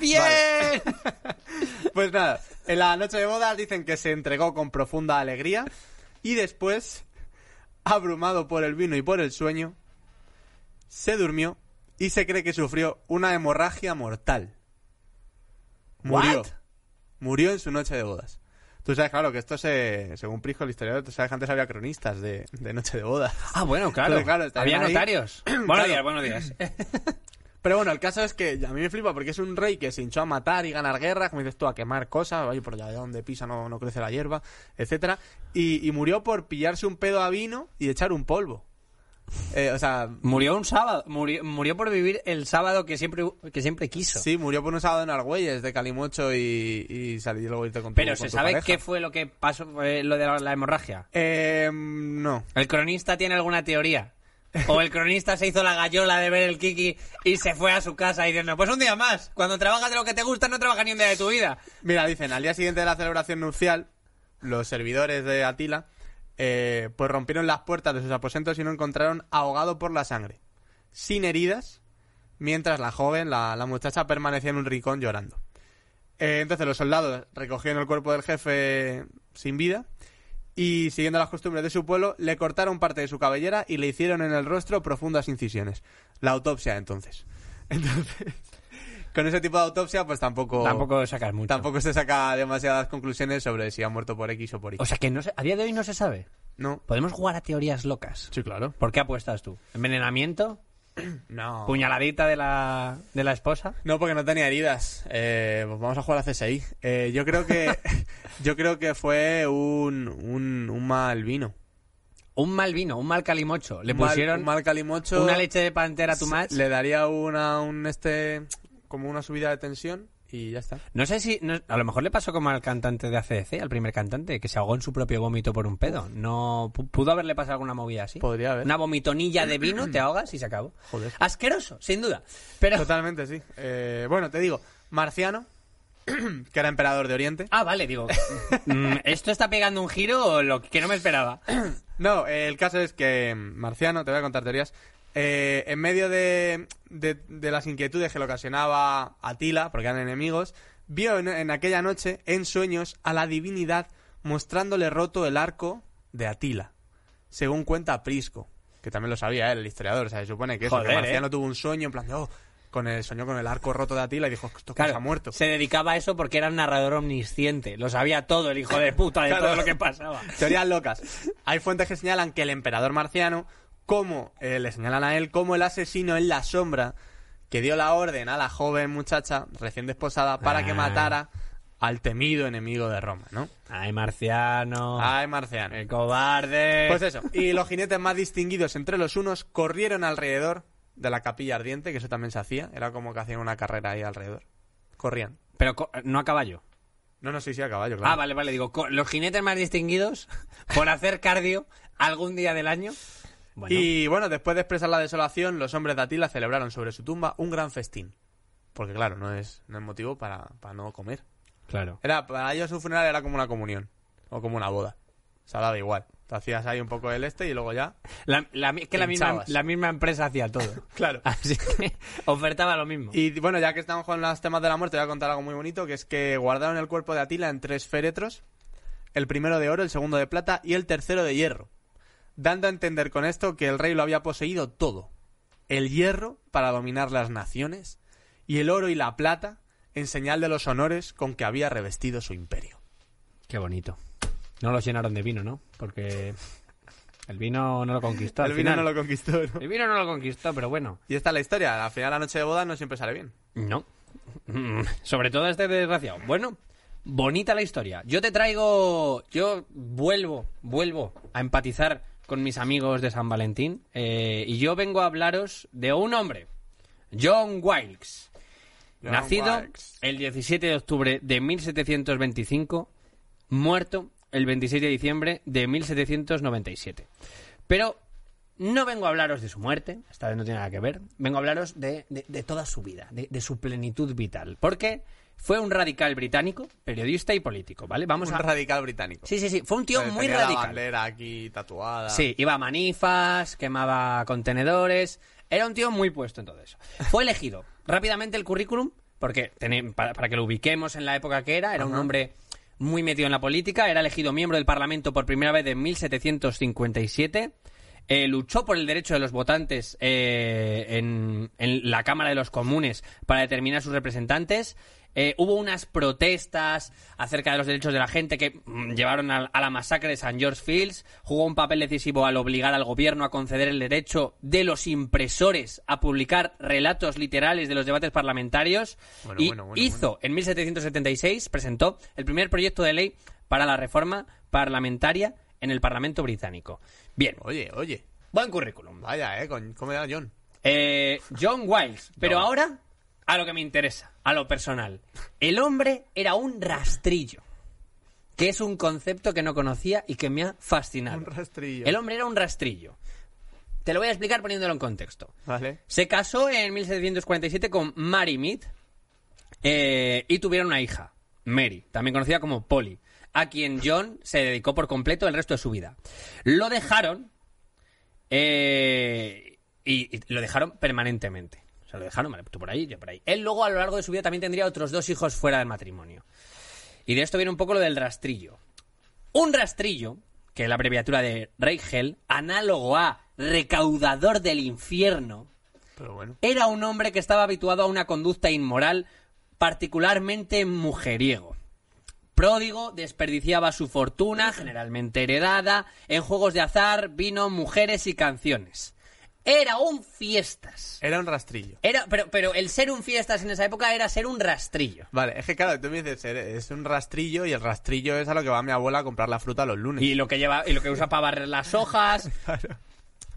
bien. Vale. Pues nada, en la noche de bodas dicen que se entregó con profunda alegría y después, abrumado por el vino y por el sueño, se durmió y se cree que sufrió una hemorragia mortal. Murió. What? Murió en su noche de bodas. Tú sabes, claro, que esto se, según Prisco, el historiador, tú sabes que antes había cronistas de, de noche de bodas. Ah, bueno, claro. Entonces, Pues claro, está Había bien ahí. notarios. Buenos Claro. días, buenos días. Pero bueno, el caso es que a mí me flipa porque es un rey que se hinchó a matar y ganar guerras, como dices tú, a quemar cosas, oye, por allá donde pisa no, no crece la hierba, etcétera y, y murió por pillarse un pedo a vino y echar un polvo. Eh, o sea, Murió un sábado. Murió, murió por vivir el sábado que siempre, que siempre quiso. sí, murió por un sábado en Argüelles de Calimocho y, y salir luego irte con tu Pero con ¿se tu sabe pareja. qué fue lo que pasó, eh, lo de la, la hemorragia? Eh, no. ¿El cronista tiene alguna teoría? ¿O el cronista se hizo la gallola de ver el Kiki y se fue a su casa diciendo, pues un día más, cuando trabajas de lo que te gusta no trabajas ni un día de tu vida? Mira, dicen, al día siguiente de la celebración nupcial, los servidores de Atila eh, pues rompieron las puertas de sus aposentos y lo encontraron ahogado por la sangre, sin heridas, mientras la joven, la, la muchacha, permanecía en un rincón llorando. Eh, entonces los soldados recogieron el cuerpo del jefe sin vida y, siguiendo las costumbres de su pueblo, le cortaron parte de su cabellera y le hicieron en el rostro profundas incisiones. La autopsia, entonces. Entonces, con ese tipo de autopsia, pues tampoco... Tampoco sacas mucho. Tampoco se saca demasiadas conclusiones sobre si ha muerto por X o por Y. O sea que no se- a día de hoy no se sabe. no. Podemos jugar a teorías locas. Sí, claro. ¿Por qué apuestas tú? ¿Envenenamiento? No. ¿Puñaladita de la, de la esposa? No, porque no tenía heridas. Eh, pues vamos a jugar a CSI. Eh, yo creo que yo creo que fue un, un, un mal vino. Un mal vino, un mal calimocho. Le Un mal- pusieron un mal calimocho. una leche de pantera a tu match. Le daría una un este como una subida de tensión y ya está. No sé si. no- a lo mejor le pasó como al cantante de ACDC, al primer cantante, que se ahogó en su propio vómito por un pedo. No pu- Pudo haberle pasado alguna movida así. Podría haber. Una vomitonilla de vino, te ahogas y se acabó. Joder. Asqueroso, sin duda. Pero. Totalmente, sí. Eh, bueno, te digo, Marciano, que era emperador de Oriente. Ah, vale, digo. mm, esto está pegando un giro lo que no me esperaba. No, eh, el caso es que, mm, Marciano, te voy a contar teorías. eh, en medio de, de- de las inquietudes que le ocasionaba Atila, porque eran enemigos, vio en, en aquella noche, en sueños, a la divinidad mostrándole roto el arco de Atila, según cuenta Prisco, que también lo sabía él, el historiador. O sea, se supone que, eso, que Joder, ¿eh? Marciano tuvo un sueño en plan de, oh, con el, soñó con el arco roto de Atila y dijo, esto que Claro, se ha muerto. se dedicaba a eso porque era un narrador omnisciente. Lo sabía todo el hijo de puta de Claro. todo lo que pasaba. Teorías locas. Hay fuentes que señalan que el emperador marciano, como eh, le señalan a él, como el asesino en la sombra que dio la orden a la joven muchacha recién desposada para que Ah. matara al temido enemigo de Roma, ¿no? Ay, Marciano. Ay, marciano. el cobarde. Pues eso. Y los jinetes más distinguidos entre los unos corrieron alrededor de la capilla ardiente, que eso también se hacía. Era como que hacían una carrera ahí alrededor. Corrían. Pero co- no a caballo. No, no, sí, sí, a caballo, claro. Ah, vale, vale. Digo, co- los jinetes más distinguidos por hacer cardio algún día del año. Bueno, Y bueno, después de expresar la desolación, los hombres de Atila celebraron sobre su tumba un gran festín. Porque claro, no es, no es motivo para, para no comer. claro. Era, para ellos un funeral era como una comunión. O como una boda. O sea, daba igual. Te hacías ahí un poco el este y luego ya... La, la mi- que la misma, Hinchabas. la misma empresa hacía todo. Claro. Así que ofertaba lo mismo. Y bueno, ya que estamos con los temas de la muerte, voy a contar algo muy bonito, que es que guardaron el cuerpo de Atila en tres féretros, el primero de oro, el segundo de plata y el tercero de hierro, dando a entender con esto que el rey lo había poseído todo. El hierro para dominar las naciones y el oro y la plata en señal de los honores con que había revestido su imperio. Qué bonito. No lo llenaron de vino, ¿no? Porque el vino no lo conquistó. al el vino final. no lo conquistó. ¿no? El vino no lo conquistó, pero bueno. Y esta es la historia, al final la noche de boda no siempre sale bien. No. Mm, Sobre todo este desgraciado. Bueno, bonita la historia. Yo te traigo, yo vuelvo, vuelvo a empatizar con mis amigos de San Valentín eh, y yo vengo a hablaros de un hombre, John Wilkes, John nacido Wilkes. el 17 de octubre de 1725, muerto el 26 de diciembre de 1797. Pero no vengo a hablaros de su muerte, esta vez no tiene nada que ver, vengo a hablaros de, de- de toda su vida, de, de su plenitud vital, porque fue un radical británico, periodista y político, ¿vale? Vamos Un a... radical británico. Sí, sí, sí, fue un tío Eh, muy tenía La radical. bandera aquí tatuada. Sí, iba a manifas, quemaba contenedores. Era un tío muy puesto en todo eso. Fue elegido rápidamente el currículum, porque tené- para, para que lo ubiquemos en la época que era, era un hombre muy metido en la política, era elegido miembro del Parlamento por primera vez en 1757. eh, luchó por el derecho de los votantes eh, en, en la Cámara de los Comunes para determinar sus representantes. Eh, hubo unas protestas acerca de los derechos de la gente que mm, llevaron al- a, la masacre de San George Fields. Jugó un papel decisivo al obligar al gobierno a conceder el derecho de los impresores a publicar relatos literales de los debates parlamentarios. Bueno, y bueno, bueno, hizo, en 1776, presentó el primer proyecto de ley para la reforma parlamentaria en el Parlamento británico. Bien, Oye, oye. buen currículum. Vaya, eh. Con, ¿Cómo era John? Eh, John Wilkes. Pero No. ahora, a lo que me interesa, a lo personal. El hombre era un rastrillo, que es un concepto que no conocía y que me ha fascinado. Un rastrillo. El hombre era un rastrillo. Te lo voy a explicar poniéndolo en contexto. Vale. Se casó en 1747 con Mary Mead eh, y tuvieron una hija, Mary, también conocida como Polly, a quien John se dedicó por completo el resto de su vida. Lo dejaron eh, y, y lo dejaron permanentemente. O sea, lo dejaron, vale, tú por ahí, yo por ahí. Él luego a lo largo de su vida también tendría otros dos hijos fuera del matrimonio. Y de esto viene un poco lo del rastrillo. Un rastrillo, que es la abreviatura de Reichel, análogo a recaudador del infierno, Pero bueno. era un hombre que estaba habituado a una conducta inmoral, particularmente mujeriego. Pródigo, desperdiciaba su fortuna, generalmente heredada, en juegos de azar, vino, mujeres y canciones. Era un fiestas. Era un rastrillo. Era, pero, pero el ser un fiestas en esa época era ser un rastrillo. Vale, es que claro, tú me dices, "Eres- es un rastrillo y el rastrillo es a lo que va mi abuela a comprar la fruta los lunes. Y lo que lleva, y lo que usa para barrer las hojas.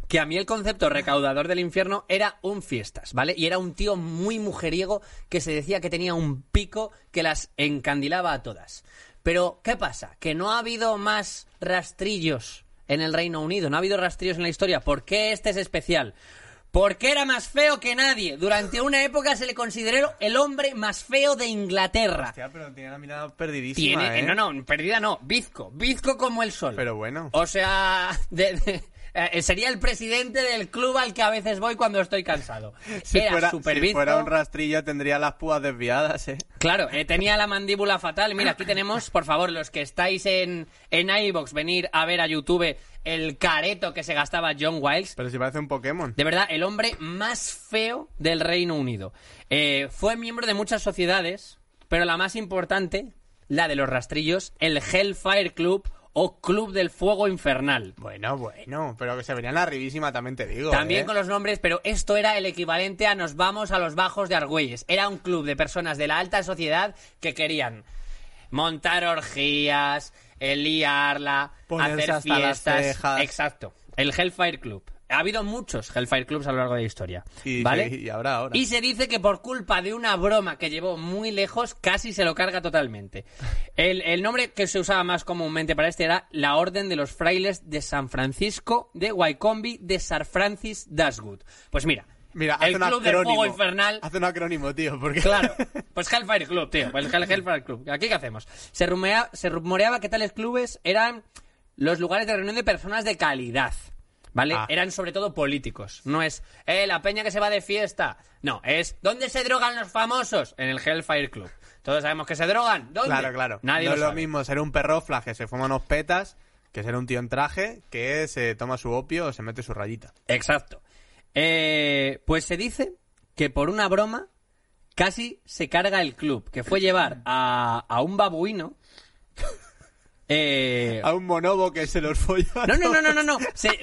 Que a mí el concepto recaudador del infierno era un fiestas, ¿vale? Y era un tío muy mujeriego que se decía que tenía un pico que las encandilaba a todas. Pero, ¿qué pasa? Que no ha habido más rastrillos en el Reino Unido, no ha habido rastrillos en la historia. ¿Por qué este es especial? Porque era más feo que nadie. Durante una época se le consideró el hombre más feo de Inglaterra. Hostia, pero tiene la mirada perdidísima, Tiene, ¿eh? no, no, perdida no, bizco, bizco como el sol. Pero bueno. O sea, de- de- eh, sería el presidente del club al que a veces voy cuando estoy cansado. Si, Era fuera, súper si bizco. fuera un rastrillo tendría las púas desviadas, ¿eh? Claro, eh, tenía la mandíbula fatal. Mira, aquí tenemos, por favor, los que estáis en, en iVox, venir a ver a YouTube el careto que se gastaba John Wiles. Pero si parece un Pokémon. De verdad, el hombre más feo del Reino Unido. Eh, fue miembro de muchas sociedades, pero la más importante, la de los rastrillos, el Hellfire Club o Club del Fuego Infernal. Bueno, bueno, pero que se verían arribísima, también te digo. También ¿eh? con los nombres, pero esto era el equivalente a nos vamos a los bajos de Argüelles. Era un club de personas de la alta sociedad que querían montar orgías, eh, liarla, hacer Ponerse hasta las fiestas. cejas. Exacto. El Hellfire Club. Ha habido muchos Hellfire Clubs a lo largo de la historia. Y, ¿Vale? y ahora, ahora. Y se dice que por culpa de una broma que llevó muy lejos, casi se lo carga totalmente. El, el nombre que se usaba más comúnmente para este era la Orden de los Frailes de San Francisco de Wycombe de Sir Francis Dashwood. Pues mira, Mira, hace el un Club del acrónimo. Fuego Infernal Hace un acrónimo, tío, porque... Claro. Pues Hellfire Club, tío. Pues Hell- Hellfire Club. ¿Aquí qué hacemos? Se, rumea- se rumoreaba que tales clubes eran los lugares de reunión de personas de calidad. ¿Vale? Ah. Eran sobre todo políticos. No es, eh, la peña que se va de fiesta. No, es, ¿dónde se drogan los famosos? En el Hellfire Club. Todos sabemos que se drogan. ¿Dónde? Claro, claro. Nadie no lo es lo sabe. mismo ser un perrofla que se fuma unos petas que ser un tío en traje que se toma su opio o se mete su rayita. Exacto. Eh, pues se dice que por una broma casi se carga el club, que fue llevar a, a un babuino. eh, A un monobo que se los folla. No, no, no, no, no, no. Se-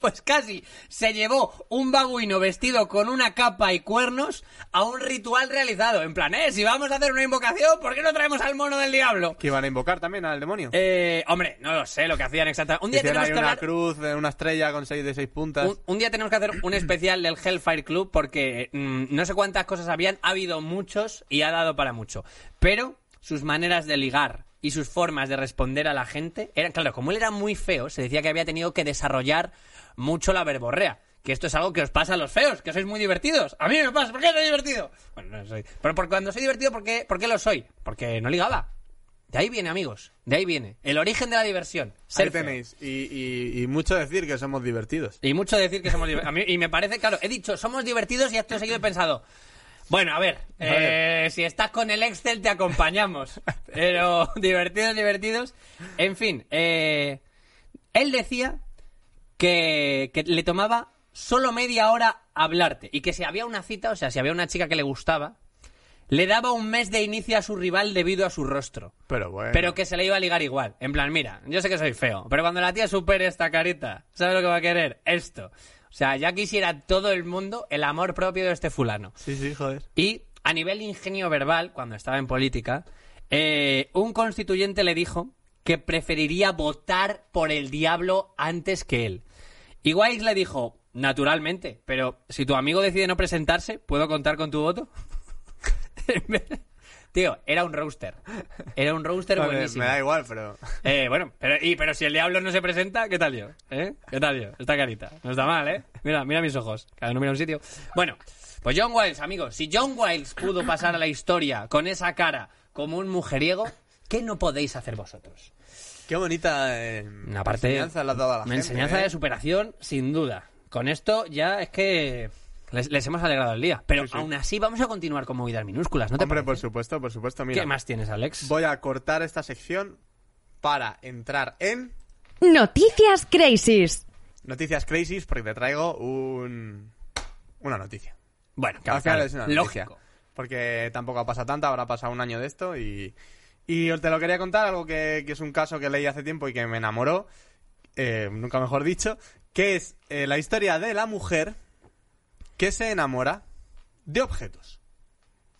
Pues casi se llevó un babuino vestido con una capa y cuernos a un ritual realizado. En plan, eh, si vamos a hacer una invocación, ¿por qué no traemos al mono del diablo? Que iban a invocar también al demonio. Eh, hombre, no lo sé lo que hacían exactamente. Un día Hicieron tenemos ahí que una hablar... cruz, eh, una estrella con seis de seis puntas. Un, un día tenemos que hacer un especial del Hellfire Club porque mm, no sé cuántas cosas habían, ha habido muchos y ha dado para mucho. Pero sus maneras de ligar y sus formas de responder a la gente eran, claro, como él era muy feo, se decía que había tenido que desarrollar mucho la verborrea. Que esto es algo que os pasa a los feos, que sois muy divertidos. A mí me pasa, ¿por qué soy divertido? Bueno, no soy. Pero por cuando soy divertido, ¿por qué, ¿por qué lo soy? Porque no ligaba. De ahí viene, amigos. De ahí viene. El origen de la diversión. Ser Ahí feo. tenéis. Y, y- y mucho decir que somos divertidos. Y mucho decir que somos divertidos. Y me parece, claro, he dicho, somos divertidos y acto seguido he pensado, bueno, a ver, eh, si estás con el Excel te acompañamos. Pero divertidos, divertidos. En fin, eh, él decía que, que le tomaba solo media hora hablarte. Y que si había una cita, o sea, si había una chica que le gustaba, le daba un mes de inicio a su rival debido a su rostro. Pero bueno. Pero que se le iba a ligar igual. En plan, mira, yo sé que soy feo, pero cuando la tía supere esta carita, ¿sabes lo que va a querer? Esto. O sea, ya quisiera todo el mundo el amor propio de este fulano. Sí, sí, joder. Y a nivel ingenio verbal, cuando estaba en política, eh, un constituyente le dijo que preferiría votar por el diablo antes que él. Y Wise le dijo, naturalmente, pero si tu amigo decide no presentarse, ¿puedo contar con tu voto? Tío, era un roaster. Era un roaster Vale, buenísimo. me da igual, pero. Eh, bueno, pero, y, pero si el diablo no se presenta, ¿qué tal yo? ¿Eh? ¿Qué tal yo? Esta carita. No está mal, ¿eh? Mira, mira mis ojos. Cada uno mira un sitio. Bueno, pues John Wiles, amigos. Si John Wiles pudo pasar a la historia con esa cara como un mujeriego, ¿qué no podéis hacer vosotros? Qué bonita eh, Una parte. enseñanza le has dado a la una gente. enseñanza ¿eh? de superación, sin duda. Con esto ya es que les, les hemos alegrado el día. Pero Sí, sí. aún así vamos a continuar con movidas minúsculas, ¿no te Hombre, por parece? supuesto, por supuesto. Mira, ¿Qué más tienes, Alex? voy a cortar esta sección para entrar en Noticias Crazies. Noticias Crazy porque te traigo un... una noticia. Bueno, Que al final claro, es una noticia. lógico. Porque tampoco ha pasado tanta, habrá pasado un año de esto y... Y os te lo quería contar, algo que, que es un caso que leí hace tiempo y que me enamoró, eh, nunca mejor dicho, que es eh, la historia de la mujer que se enamora de objetos.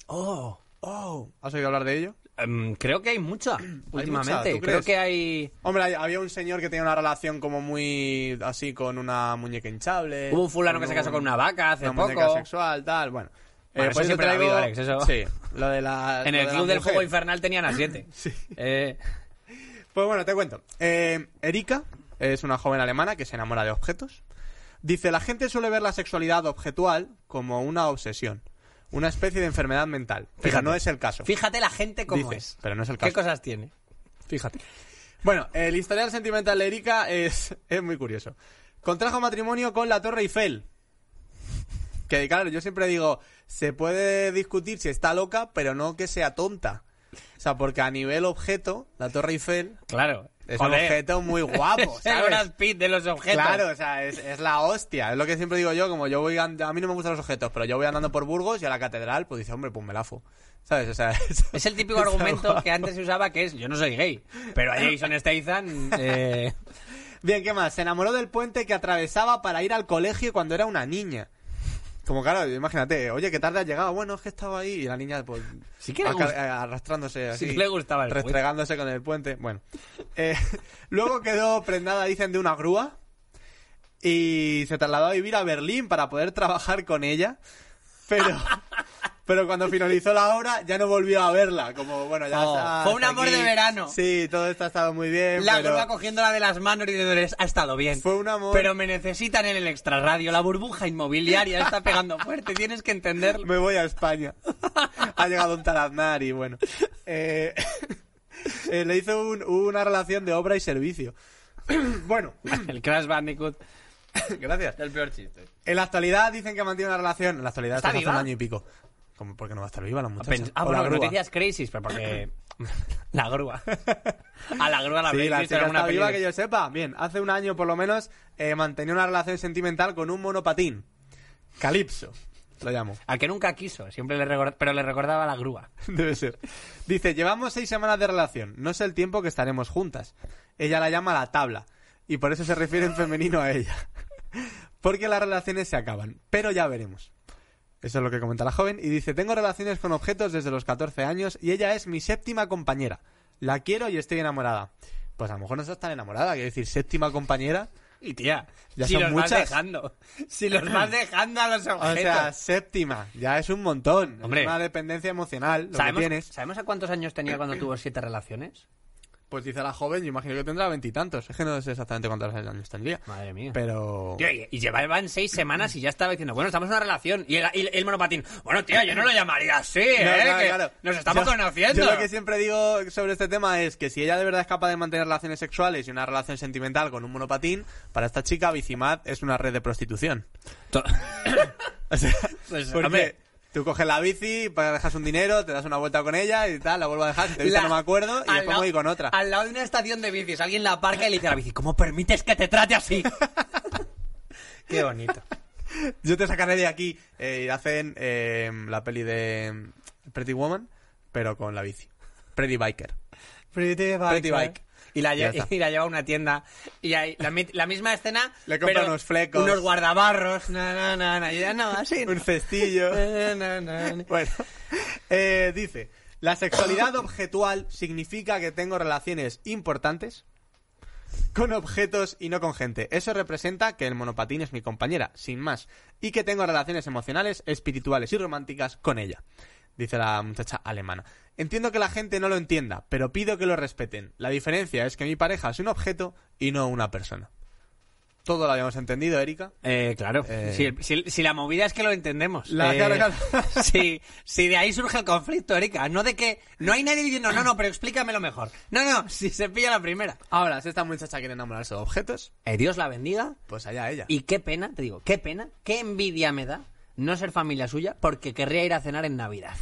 Oh, Oh, ¿has oído hablar de ello? Em, creo que hay mucha últimamente. ¿tú creo crees? que hay. Hombre, hay- había un señor que tenía una relación como muy así con una muñeca hinchable. Hubo un fulano que se casó con una vaca hace una muñeca poco. sexual, tal, bueno. Bueno, eso por siempre lo ha traigo- habido, Alex, eso. Sí, lo de la... En lo el de la club del mujer. juego infernal tenían a siete. Eh, Pues bueno, te cuento. Eh, Erika es una joven alemana que se enamora de objetos. Dice, la gente suele ver la sexualidad objetual como una obsesión, una especie de enfermedad mental. Pero Fíjate. no es el caso. fíjate la gente cómo Dice, es. pero no es el ¿Qué caso. cosas tiene? Fíjate. Bueno, el historial sentimental de Erika es, es muy curioso. Contrajo matrimonio con la Torre Eiffel. Que claro, yo siempre digo, se puede discutir si está loca, pero no que sea tonta. O sea, porque a nivel objeto, la Torre Eiffel Claro. es un Joder. objeto muy guapo, Es el ¿sabes? Brad Pitt de los objetos. Claro, o sea, es, es la hostia. Es lo que siempre digo yo, como yo voy... and- A mí no me gustan los objetos, pero yo voy andando por Burgos y a la catedral, pues dice, hombre, pues me lafo. ¿Sabes? O sea, es- Es el típico está argumento guapo. que antes se usaba que es yo no soy gay, pero a Jason Statham eh, Bien, ¿qué más? Se enamoró del puente que atravesaba para ir al colegio cuando era una niña. Como claro, imagínate, oye, que tarde has llegado. Bueno, es que estaba ahí y la niña pues Sí que le acá- gust- eh, arrastrándose así, Sí que le gustaba el puente. restregándose con el puente. Bueno, Eh, luego quedó prendada, dicen, de una grúa y se trasladó a vivir a Berlín para poder trabajar con ella, pero pero cuando finalizó la obra ya no volvió a verla. Como bueno, ya Oh, está, fue un hasta amor de verano. Sí, todo esto ha estado muy bien. la pero- burbuja cogiéndola de las manos y diciéndoles ha estado bien. Fue un amor. Pero me necesitan en el extrarradio. La burbuja inmobiliaria está pegando fuerte. Tienes que entenderlo. Me voy a España. Ha llegado un talaznar y bueno. Eh, eh, le hizo un- una relación de obra y servicio. bueno, El Crash Bandicoot. gracias. El peor chiste. En la actualidad dicen que mantiene una relación. En la actualidad ¿Está esto es hace viva? un año y pico. Como porque no va a estar viva la muchacha. Ah, O la bueno, grúa. noticias crisis, pero porque... la grúa. A la grúa la Sí, habéis la visto chica en alguna está viva peli que de- yo sepa. Bien, hace un año por lo menos eh, mantenía una relación sentimental con un monopatín. Calipso, lo llamo. Al que nunca quiso, siempre le recor- pero le recordaba la grúa. Debe ser. Dice, llevamos seis semanas de relación. No sé el tiempo que estaremos juntas. Ella la llama la tabla. Y por eso se refiere en femenino a ella. porque las relaciones se acaban. Pero ya veremos. Eso es lo que comenta la joven. Y dice, tengo relaciones con objetos desde los 14 años y ella es mi séptima compañera. La quiero y estoy enamorada. Pues a lo mejor no estás tan enamorada, quiero decir, séptima compañera. Y tía, Ya si son los vas muchas. dejando. Si los vas dejando a los O objetos. sea, séptima, ya es un montón. Hombre. Es una dependencia emocional, lo que ¿Sabemos, tienes. ¿Sabemos a cuántos años tenía cuando tuvo siete relaciones? Pues dice la joven, yo imagino que tendrá veintitantos. Es que no sé exactamente cuántos años tendría. Madre mía. Pero... Tío, y, y llevaban seis semanas y ya estaba diciendo, bueno, estamos en una relación. Y el, y el monopatín, bueno, tío, yo no lo llamaría así, No, ¿eh? claro, que claro. Nos estamos Yo- conociendo. Yo lo que siempre digo sobre este tema es que si ella de verdad es capaz de mantener relaciones sexuales y una relación sentimental con un monopatín, para esta chica Bicimad es una red de prostitución. To- O sea, Pues, porque hombre. tú coges la bici, pa- dejas un dinero, te das una vuelta con ella y tal, la vuelvo a dejar, si te gusta La- no me acuerdo, y al después lado- voy con otra. Al lado de una estación de bicis, alguien la aparca y le dice a la bici, ¿cómo permites que te trate así? Qué bonito. Yo te sacaré de aquí eh, y hacen eh, la peli de Pretty Woman, pero con la bici. Pretty Biker. Pretty bike. ¿eh? Pretty bike. Y la, Ya lle- está. y la lleva a una tienda y hay la, mi- la misma escena. Le compra pero unos flecos. Unos guardabarros. Na, na, na, na. Y ya no, así. no. Un cestillo. Na, na, na, na. Bueno, eh, dice, la sexualidad objetual significa que tengo relaciones importantes con objetos y no con gente. Eso representa que el monopatín es mi compañera, sin más, y que tengo relaciones emocionales, espirituales y románticas con ella. Dice la muchacha alemana. Entiendo que la gente no lo entienda, pero pido que lo respeten. La diferencia es que mi pareja es un objeto y no una persona. Todo lo habíamos entendido, Erika. Eh, claro. Eh. Si, el- si- si la movida es que lo entendemos. La- Eh, claro, claro. Si, si de ahí surge el conflicto, Erika. No de que. No hay nadie diciendo, no, no, pero explícamelo mejor. No, no, si se pilla la primera. Ahora, si esta muchacha quiere enamorarse de objetos, Eh, Dios la bendiga. pues allá ella. Y qué pena, te digo, qué pena, qué envidia me da no ser familia suya porque querría ir a cenar en Navidad.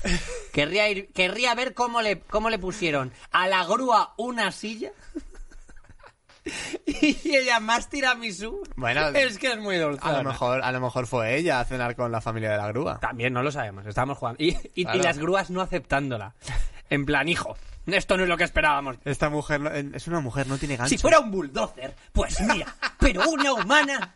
Querría ir, querría ver cómo le, cómo le pusieron a la grúa una silla. Y ella más tiramisú. Bueno, es que es muy dulce. A lo, mejor, a lo mejor fue ella a cenar con la familia de la grúa. También no lo sabemos, estábamos jugando. Y, y- y Claro. las grúas no aceptándola. En plan, hijo, esto no es lo que esperábamos. Esta mujer no- es una mujer, no tiene gancho. Si fuera un bulldozer, pues mira, pero una humana.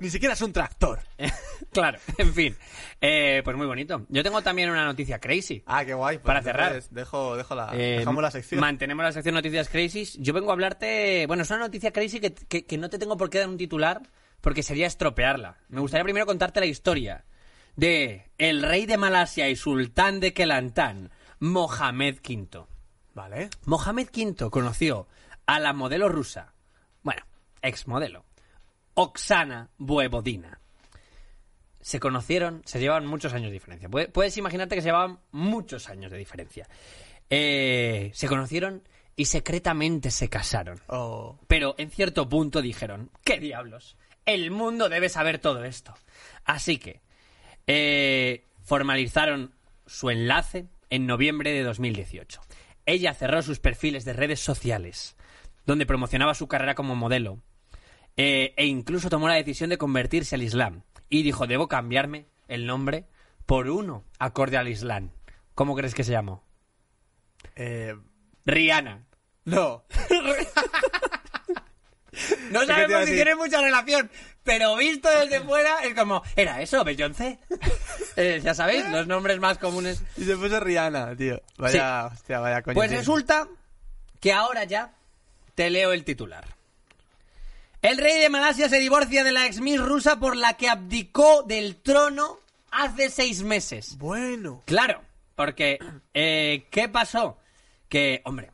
Ni siquiera es un tractor. claro, en fin. Eh, pues muy bonito. Yo tengo también una noticia crazy. Ah, qué guay. pues Para cerrar. entonces Dejo, dejo la, Eh, dejamos la sección. Mantenemos la sección Noticias Crazy. Yo vengo a hablarte. Bueno, es una noticia crazy que, que- que no te tengo por qué dar un titular porque sería estropearla. Me gustaría primero contarte la historia de el rey de Malasia y sultán de Kelantan, Mohamed V. Vale. Mohamed V conoció a la modelo rusa, bueno, exmodelo, Oksana Buevodina. Se conocieron, se llevaban muchos años de diferencia. Puede- Puedes imaginarte que se llevaban muchos años de diferencia. Eh, se conocieron y secretamente se casaron. Oh. Pero en cierto punto dijeron, ¿qué diablos? El mundo debe saber todo esto. Así que eh, formalizaron su enlace en noviembre de 2018. Ella cerró sus perfiles de redes sociales, donde promocionaba su carrera como modelo, eh, e incluso tomó la decisión de convertirse al Islam. Y dijo, debo cambiarme el nombre por uno acorde al Islam. ¿Cómo crees que se llamó? Eh, Rihanna. no. No Es que te iba a sabemos si decir- tiene mucha relación, pero visto desde fuera es como, era eso, Beyoncé. Eh, ya sabéis, los nombres más comunes. Y se puso Rihanna, tío. Vaya, hostia, vaya coño. Pues tiene. resulta que ahora ya te leo el titular. El rey de Malasia se divorcia de la ex Miss rusa por la que abdicó del trono hace seis meses. Bueno. Claro, porque eh, ¿qué pasó? Que, hombre,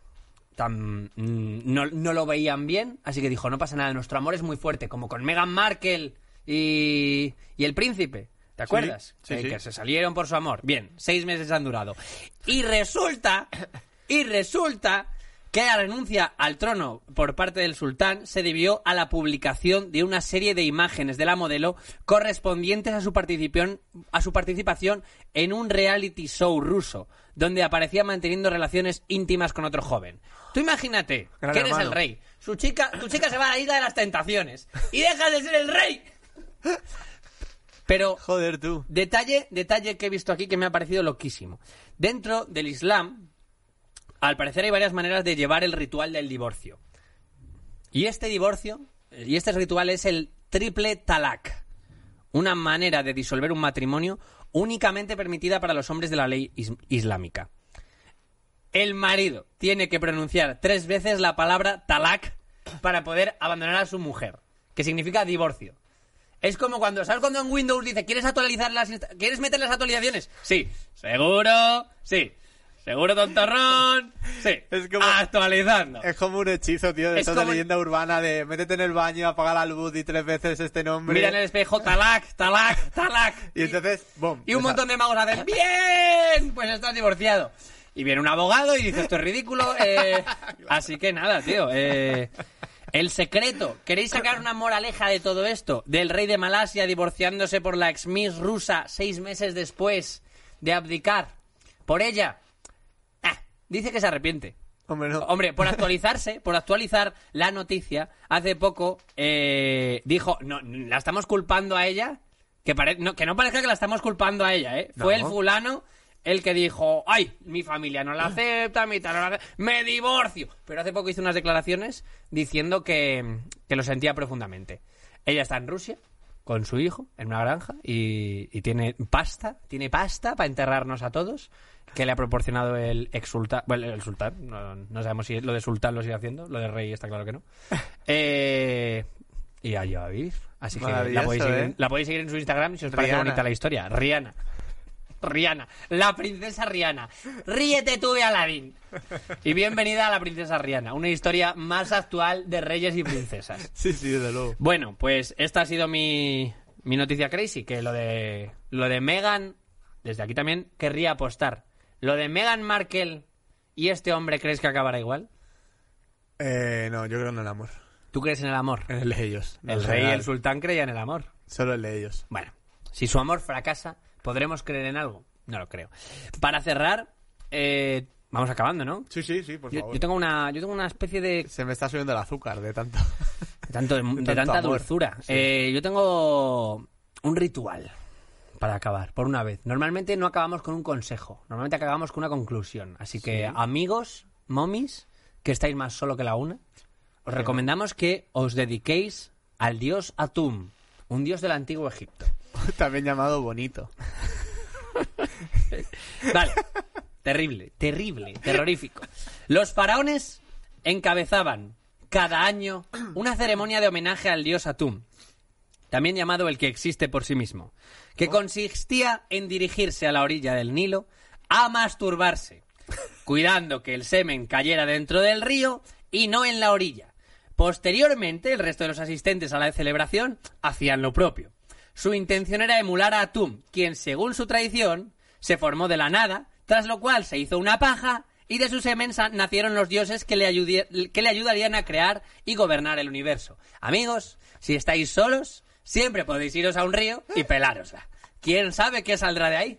tam- mm, no, no lo veían bien, así que dijo, no pasa nada, nuestro amor es muy fuerte, como con Meghan Markle y, y el príncipe. ¿Te acuerdas? sí, Eh, sí. Que se salieron por su amor. Bien, seis meses han durado. Y resulta, y resulta que la renuncia al trono por parte del sultán se debió a la publicación de una serie de imágenes de la modelo correspondientes a su, participión- a su participación en un reality show ruso, donde aparecía manteniendo relaciones íntimas con otro joven. Tú imagínate Gran que eres hermano. el rey. Su chica, tu chica se va a la isla de las tentaciones y dejas de ser el rey. Pero Joder, tú. Detalle, detalle que he visto aquí que me ha parecido loquísimo. Dentro del Islam, al parecer hay varias maneras de llevar el ritual del divorcio. Y este divorcio, y este ritual es el triple talak. una manera de disolver un matrimonio únicamente permitida para los hombres de la ley is- islámica. El marido tiene que pronunciar tres veces la palabra talak para poder abandonar a su mujer, que significa divorcio. Es como cuando, ¿sabes cuando en Windows dice, ¿quieres actualizar las insta- ¿Quieres meter las actualizaciones? Sí. Seguro, sí. Seguro, tontorrón. Sí. Es como- Actualizando. Es como un hechizo, tío, de Es esa como- leyenda urbana de métete en el baño, apaga la luz y tres veces este nombre. Mira en el espejo, talac, talac, talac. Y entonces, bom. Y un esa- montón de magos hacen ¡Bien! Pues estás divorciado. Y viene un abogado y dice, esto es ridículo. eh, Así que nada, tío. eh, el secreto. ¿Queréis sacar una moraleja de todo esto? Del rey de Malasia divorciándose por la ex Miss rusa seis meses después de abdicar por ella. Ah, dice que se arrepiente. Hombre, no. Hombre, por actualizarse, por actualizar la noticia, hace poco eh, dijo, no, la estamos culpando a ella, que, pare- no, que no parezca que la estamos culpando a ella, ¿eh? Fue el No. fulano el que dijo, ay, mi familia no la acepta, mi tal, no la acepta, me divorcio. Pero hace poco hizo unas declaraciones diciendo que, que lo sentía profundamente. Ella está en Rusia con su hijo en una granja y, y tiene pasta, tiene pasta para enterrarnos a todos que le ha proporcionado el ex sultán, bueno, el sultán, no, no sabemos si lo de sultán lo sigue haciendo, lo de rey está claro que no. Eh, y allá va a vivir. Así que la Maravilloso, podéis, seguir, ¿eh? la podéis seguir en su Instagram si os parece Rihanna. bonita la historia. Rihanna. Rihanna, la princesa Rihanna. Ríete tú de Aladdin. Y bienvenida a la princesa Rihanna, una historia más actual de reyes y princesas. Sí, sí, desde luego. Bueno, pues esta ha sido mi, mi noticia crazy, que lo de lo de Meghan, desde aquí también querría apostar. Lo de Meghan Markle y este hombre, ¿crees que acabará igual? Eh, no, yo creo en el amor. ¿Tú crees en el amor? En el de ellos. no El en rey y general. el sultán creían en el amor. Solo el de ellos. Bueno, si su amor fracasa, ¿podremos creer en algo? No lo creo. Para cerrar, eh, vamos acabando, ¿no? Sí, sí, sí, por Yo, favor. yo tengo una, yo tengo una especie de Se me está subiendo el azúcar de tanto. De tanto, de, tanto tanta amor. dulzura. Sí. Eh, yo tengo un ritual para acabar, por una vez. Normalmente no acabamos con un consejo, normalmente acabamos con una conclusión. Así que, amigos, momis, que estáis más solo que la una, os recomendamos que os dediquéis al dios Atum, un dios del antiguo Egipto. También llamado bonito. Vale. Terrible, terrible, terrorífico. Los faraones encabezaban cada año una ceremonia de homenaje al dios Atum, también llamado el que existe por sí mismo, que consistía en dirigirse a la orilla del Nilo a masturbarse, cuidando que el semen cayera dentro del río y no en la orilla. Posteriormente, el resto de los asistentes a la celebración hacían lo propio. Su intención era emular a Atum, quien, según su tradición, se formó de la nada, tras lo cual se hizo una paja y de su semen sa- nacieron los dioses que le, ayudi- que le ayudarían a crear y gobernar el universo. Amigos, si estáis solos, siempre podéis iros a un río y pelárosla. ¿Quién sabe qué saldrá de ahí?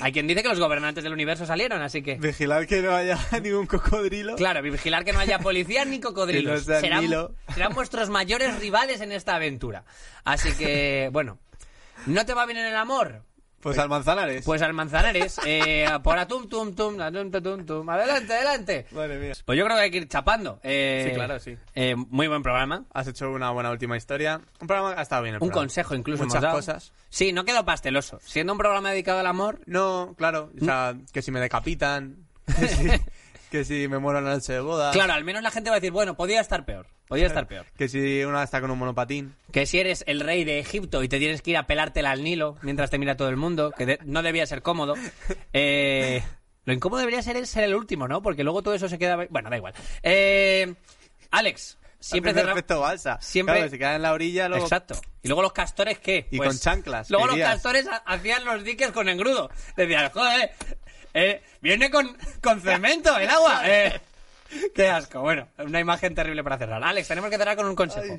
Hay quien dice que los gobernantes del universo salieron, así que... Vigilar que no haya ningún cocodrilo. Claro, vigilar que no haya policías ni cocodrilos. Que no sea el serán, Nilo. serán vuestros mayores rivales en esta aventura. Así que, bueno, ¿no te va bien en el amor? Pues al Manzanares. Pues al Manzanares, eh, por atum tum tum, atum tum tum tum, adelante, adelante. Madre mía. Pues yo creo que hay que ir chapando. Eh, Sí, claro, sí. eh, muy buen programa. Has hecho una buena última historia. Un programa que ha estado bien. el Un programa. consejo incluso hemos Muchas dado. cosas. Sí, no quedó pasteloso. Siendo un programa dedicado al amor, No, claro. O sea, que si me decapitan. Que si, que si me muero en la noche de boda. claro, al menos la gente va a decir, bueno, podía estar peor, podía estar peor. Que si una está con un monopatín. Que si eres el rey de Egipto y te tienes que ir a pelártela al Nilo mientras te mira todo el mundo, que de- no debía ser cómodo. Eh, lo incómodo debería ser el ser el último, ¿no? Porque luego todo eso se queda... Bueno, da igual. Eh, Alex, siempre Haciendo cerramos... efecto balsa. siempre- Claro, que se queda en la orilla luego. Exacto. ¿Y luego los castores qué? Pues Y con chanclas, Luego querías. los castores ha- hacían los diques con engrudo. Decían, joder, eh, viene con, con cemento el agua. eh. Qué asco. Bueno, una imagen terrible para cerrar. Alex, tenemos que cerrar con un consejo.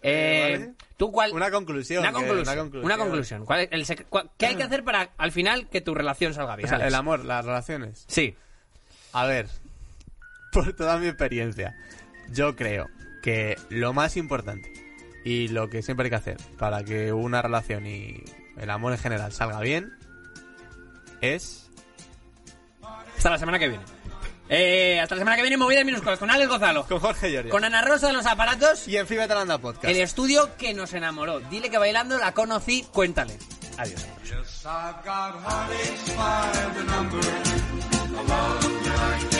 Eh, vale. ¿Tú cuál? Una conclusión, Una eh, conclusión. una Una conclusión. conclusión. ¿Cuál es el sec- cua- ¿Qué hay que hacer para al final que tu relación salga bien? O sea, Alex? el amor, las relaciones. Sí. A ver, por toda mi experiencia, yo creo que lo más importante y lo que siempre hay que hacer para que una relación y el amor en general salga bien es... Hasta la semana que viene. Eh, hasta la semana que viene, movidas minúsculas con Alex Gonzalo. Con Jorge Lloria. Con Ana Rosa de los aparatos. Y en Fibra Talanda Podcast. El estudio que nos enamoró. Dile que bailando la conocí, cuéntale. Adiós. Yes, I've got heartaches by the number. A love like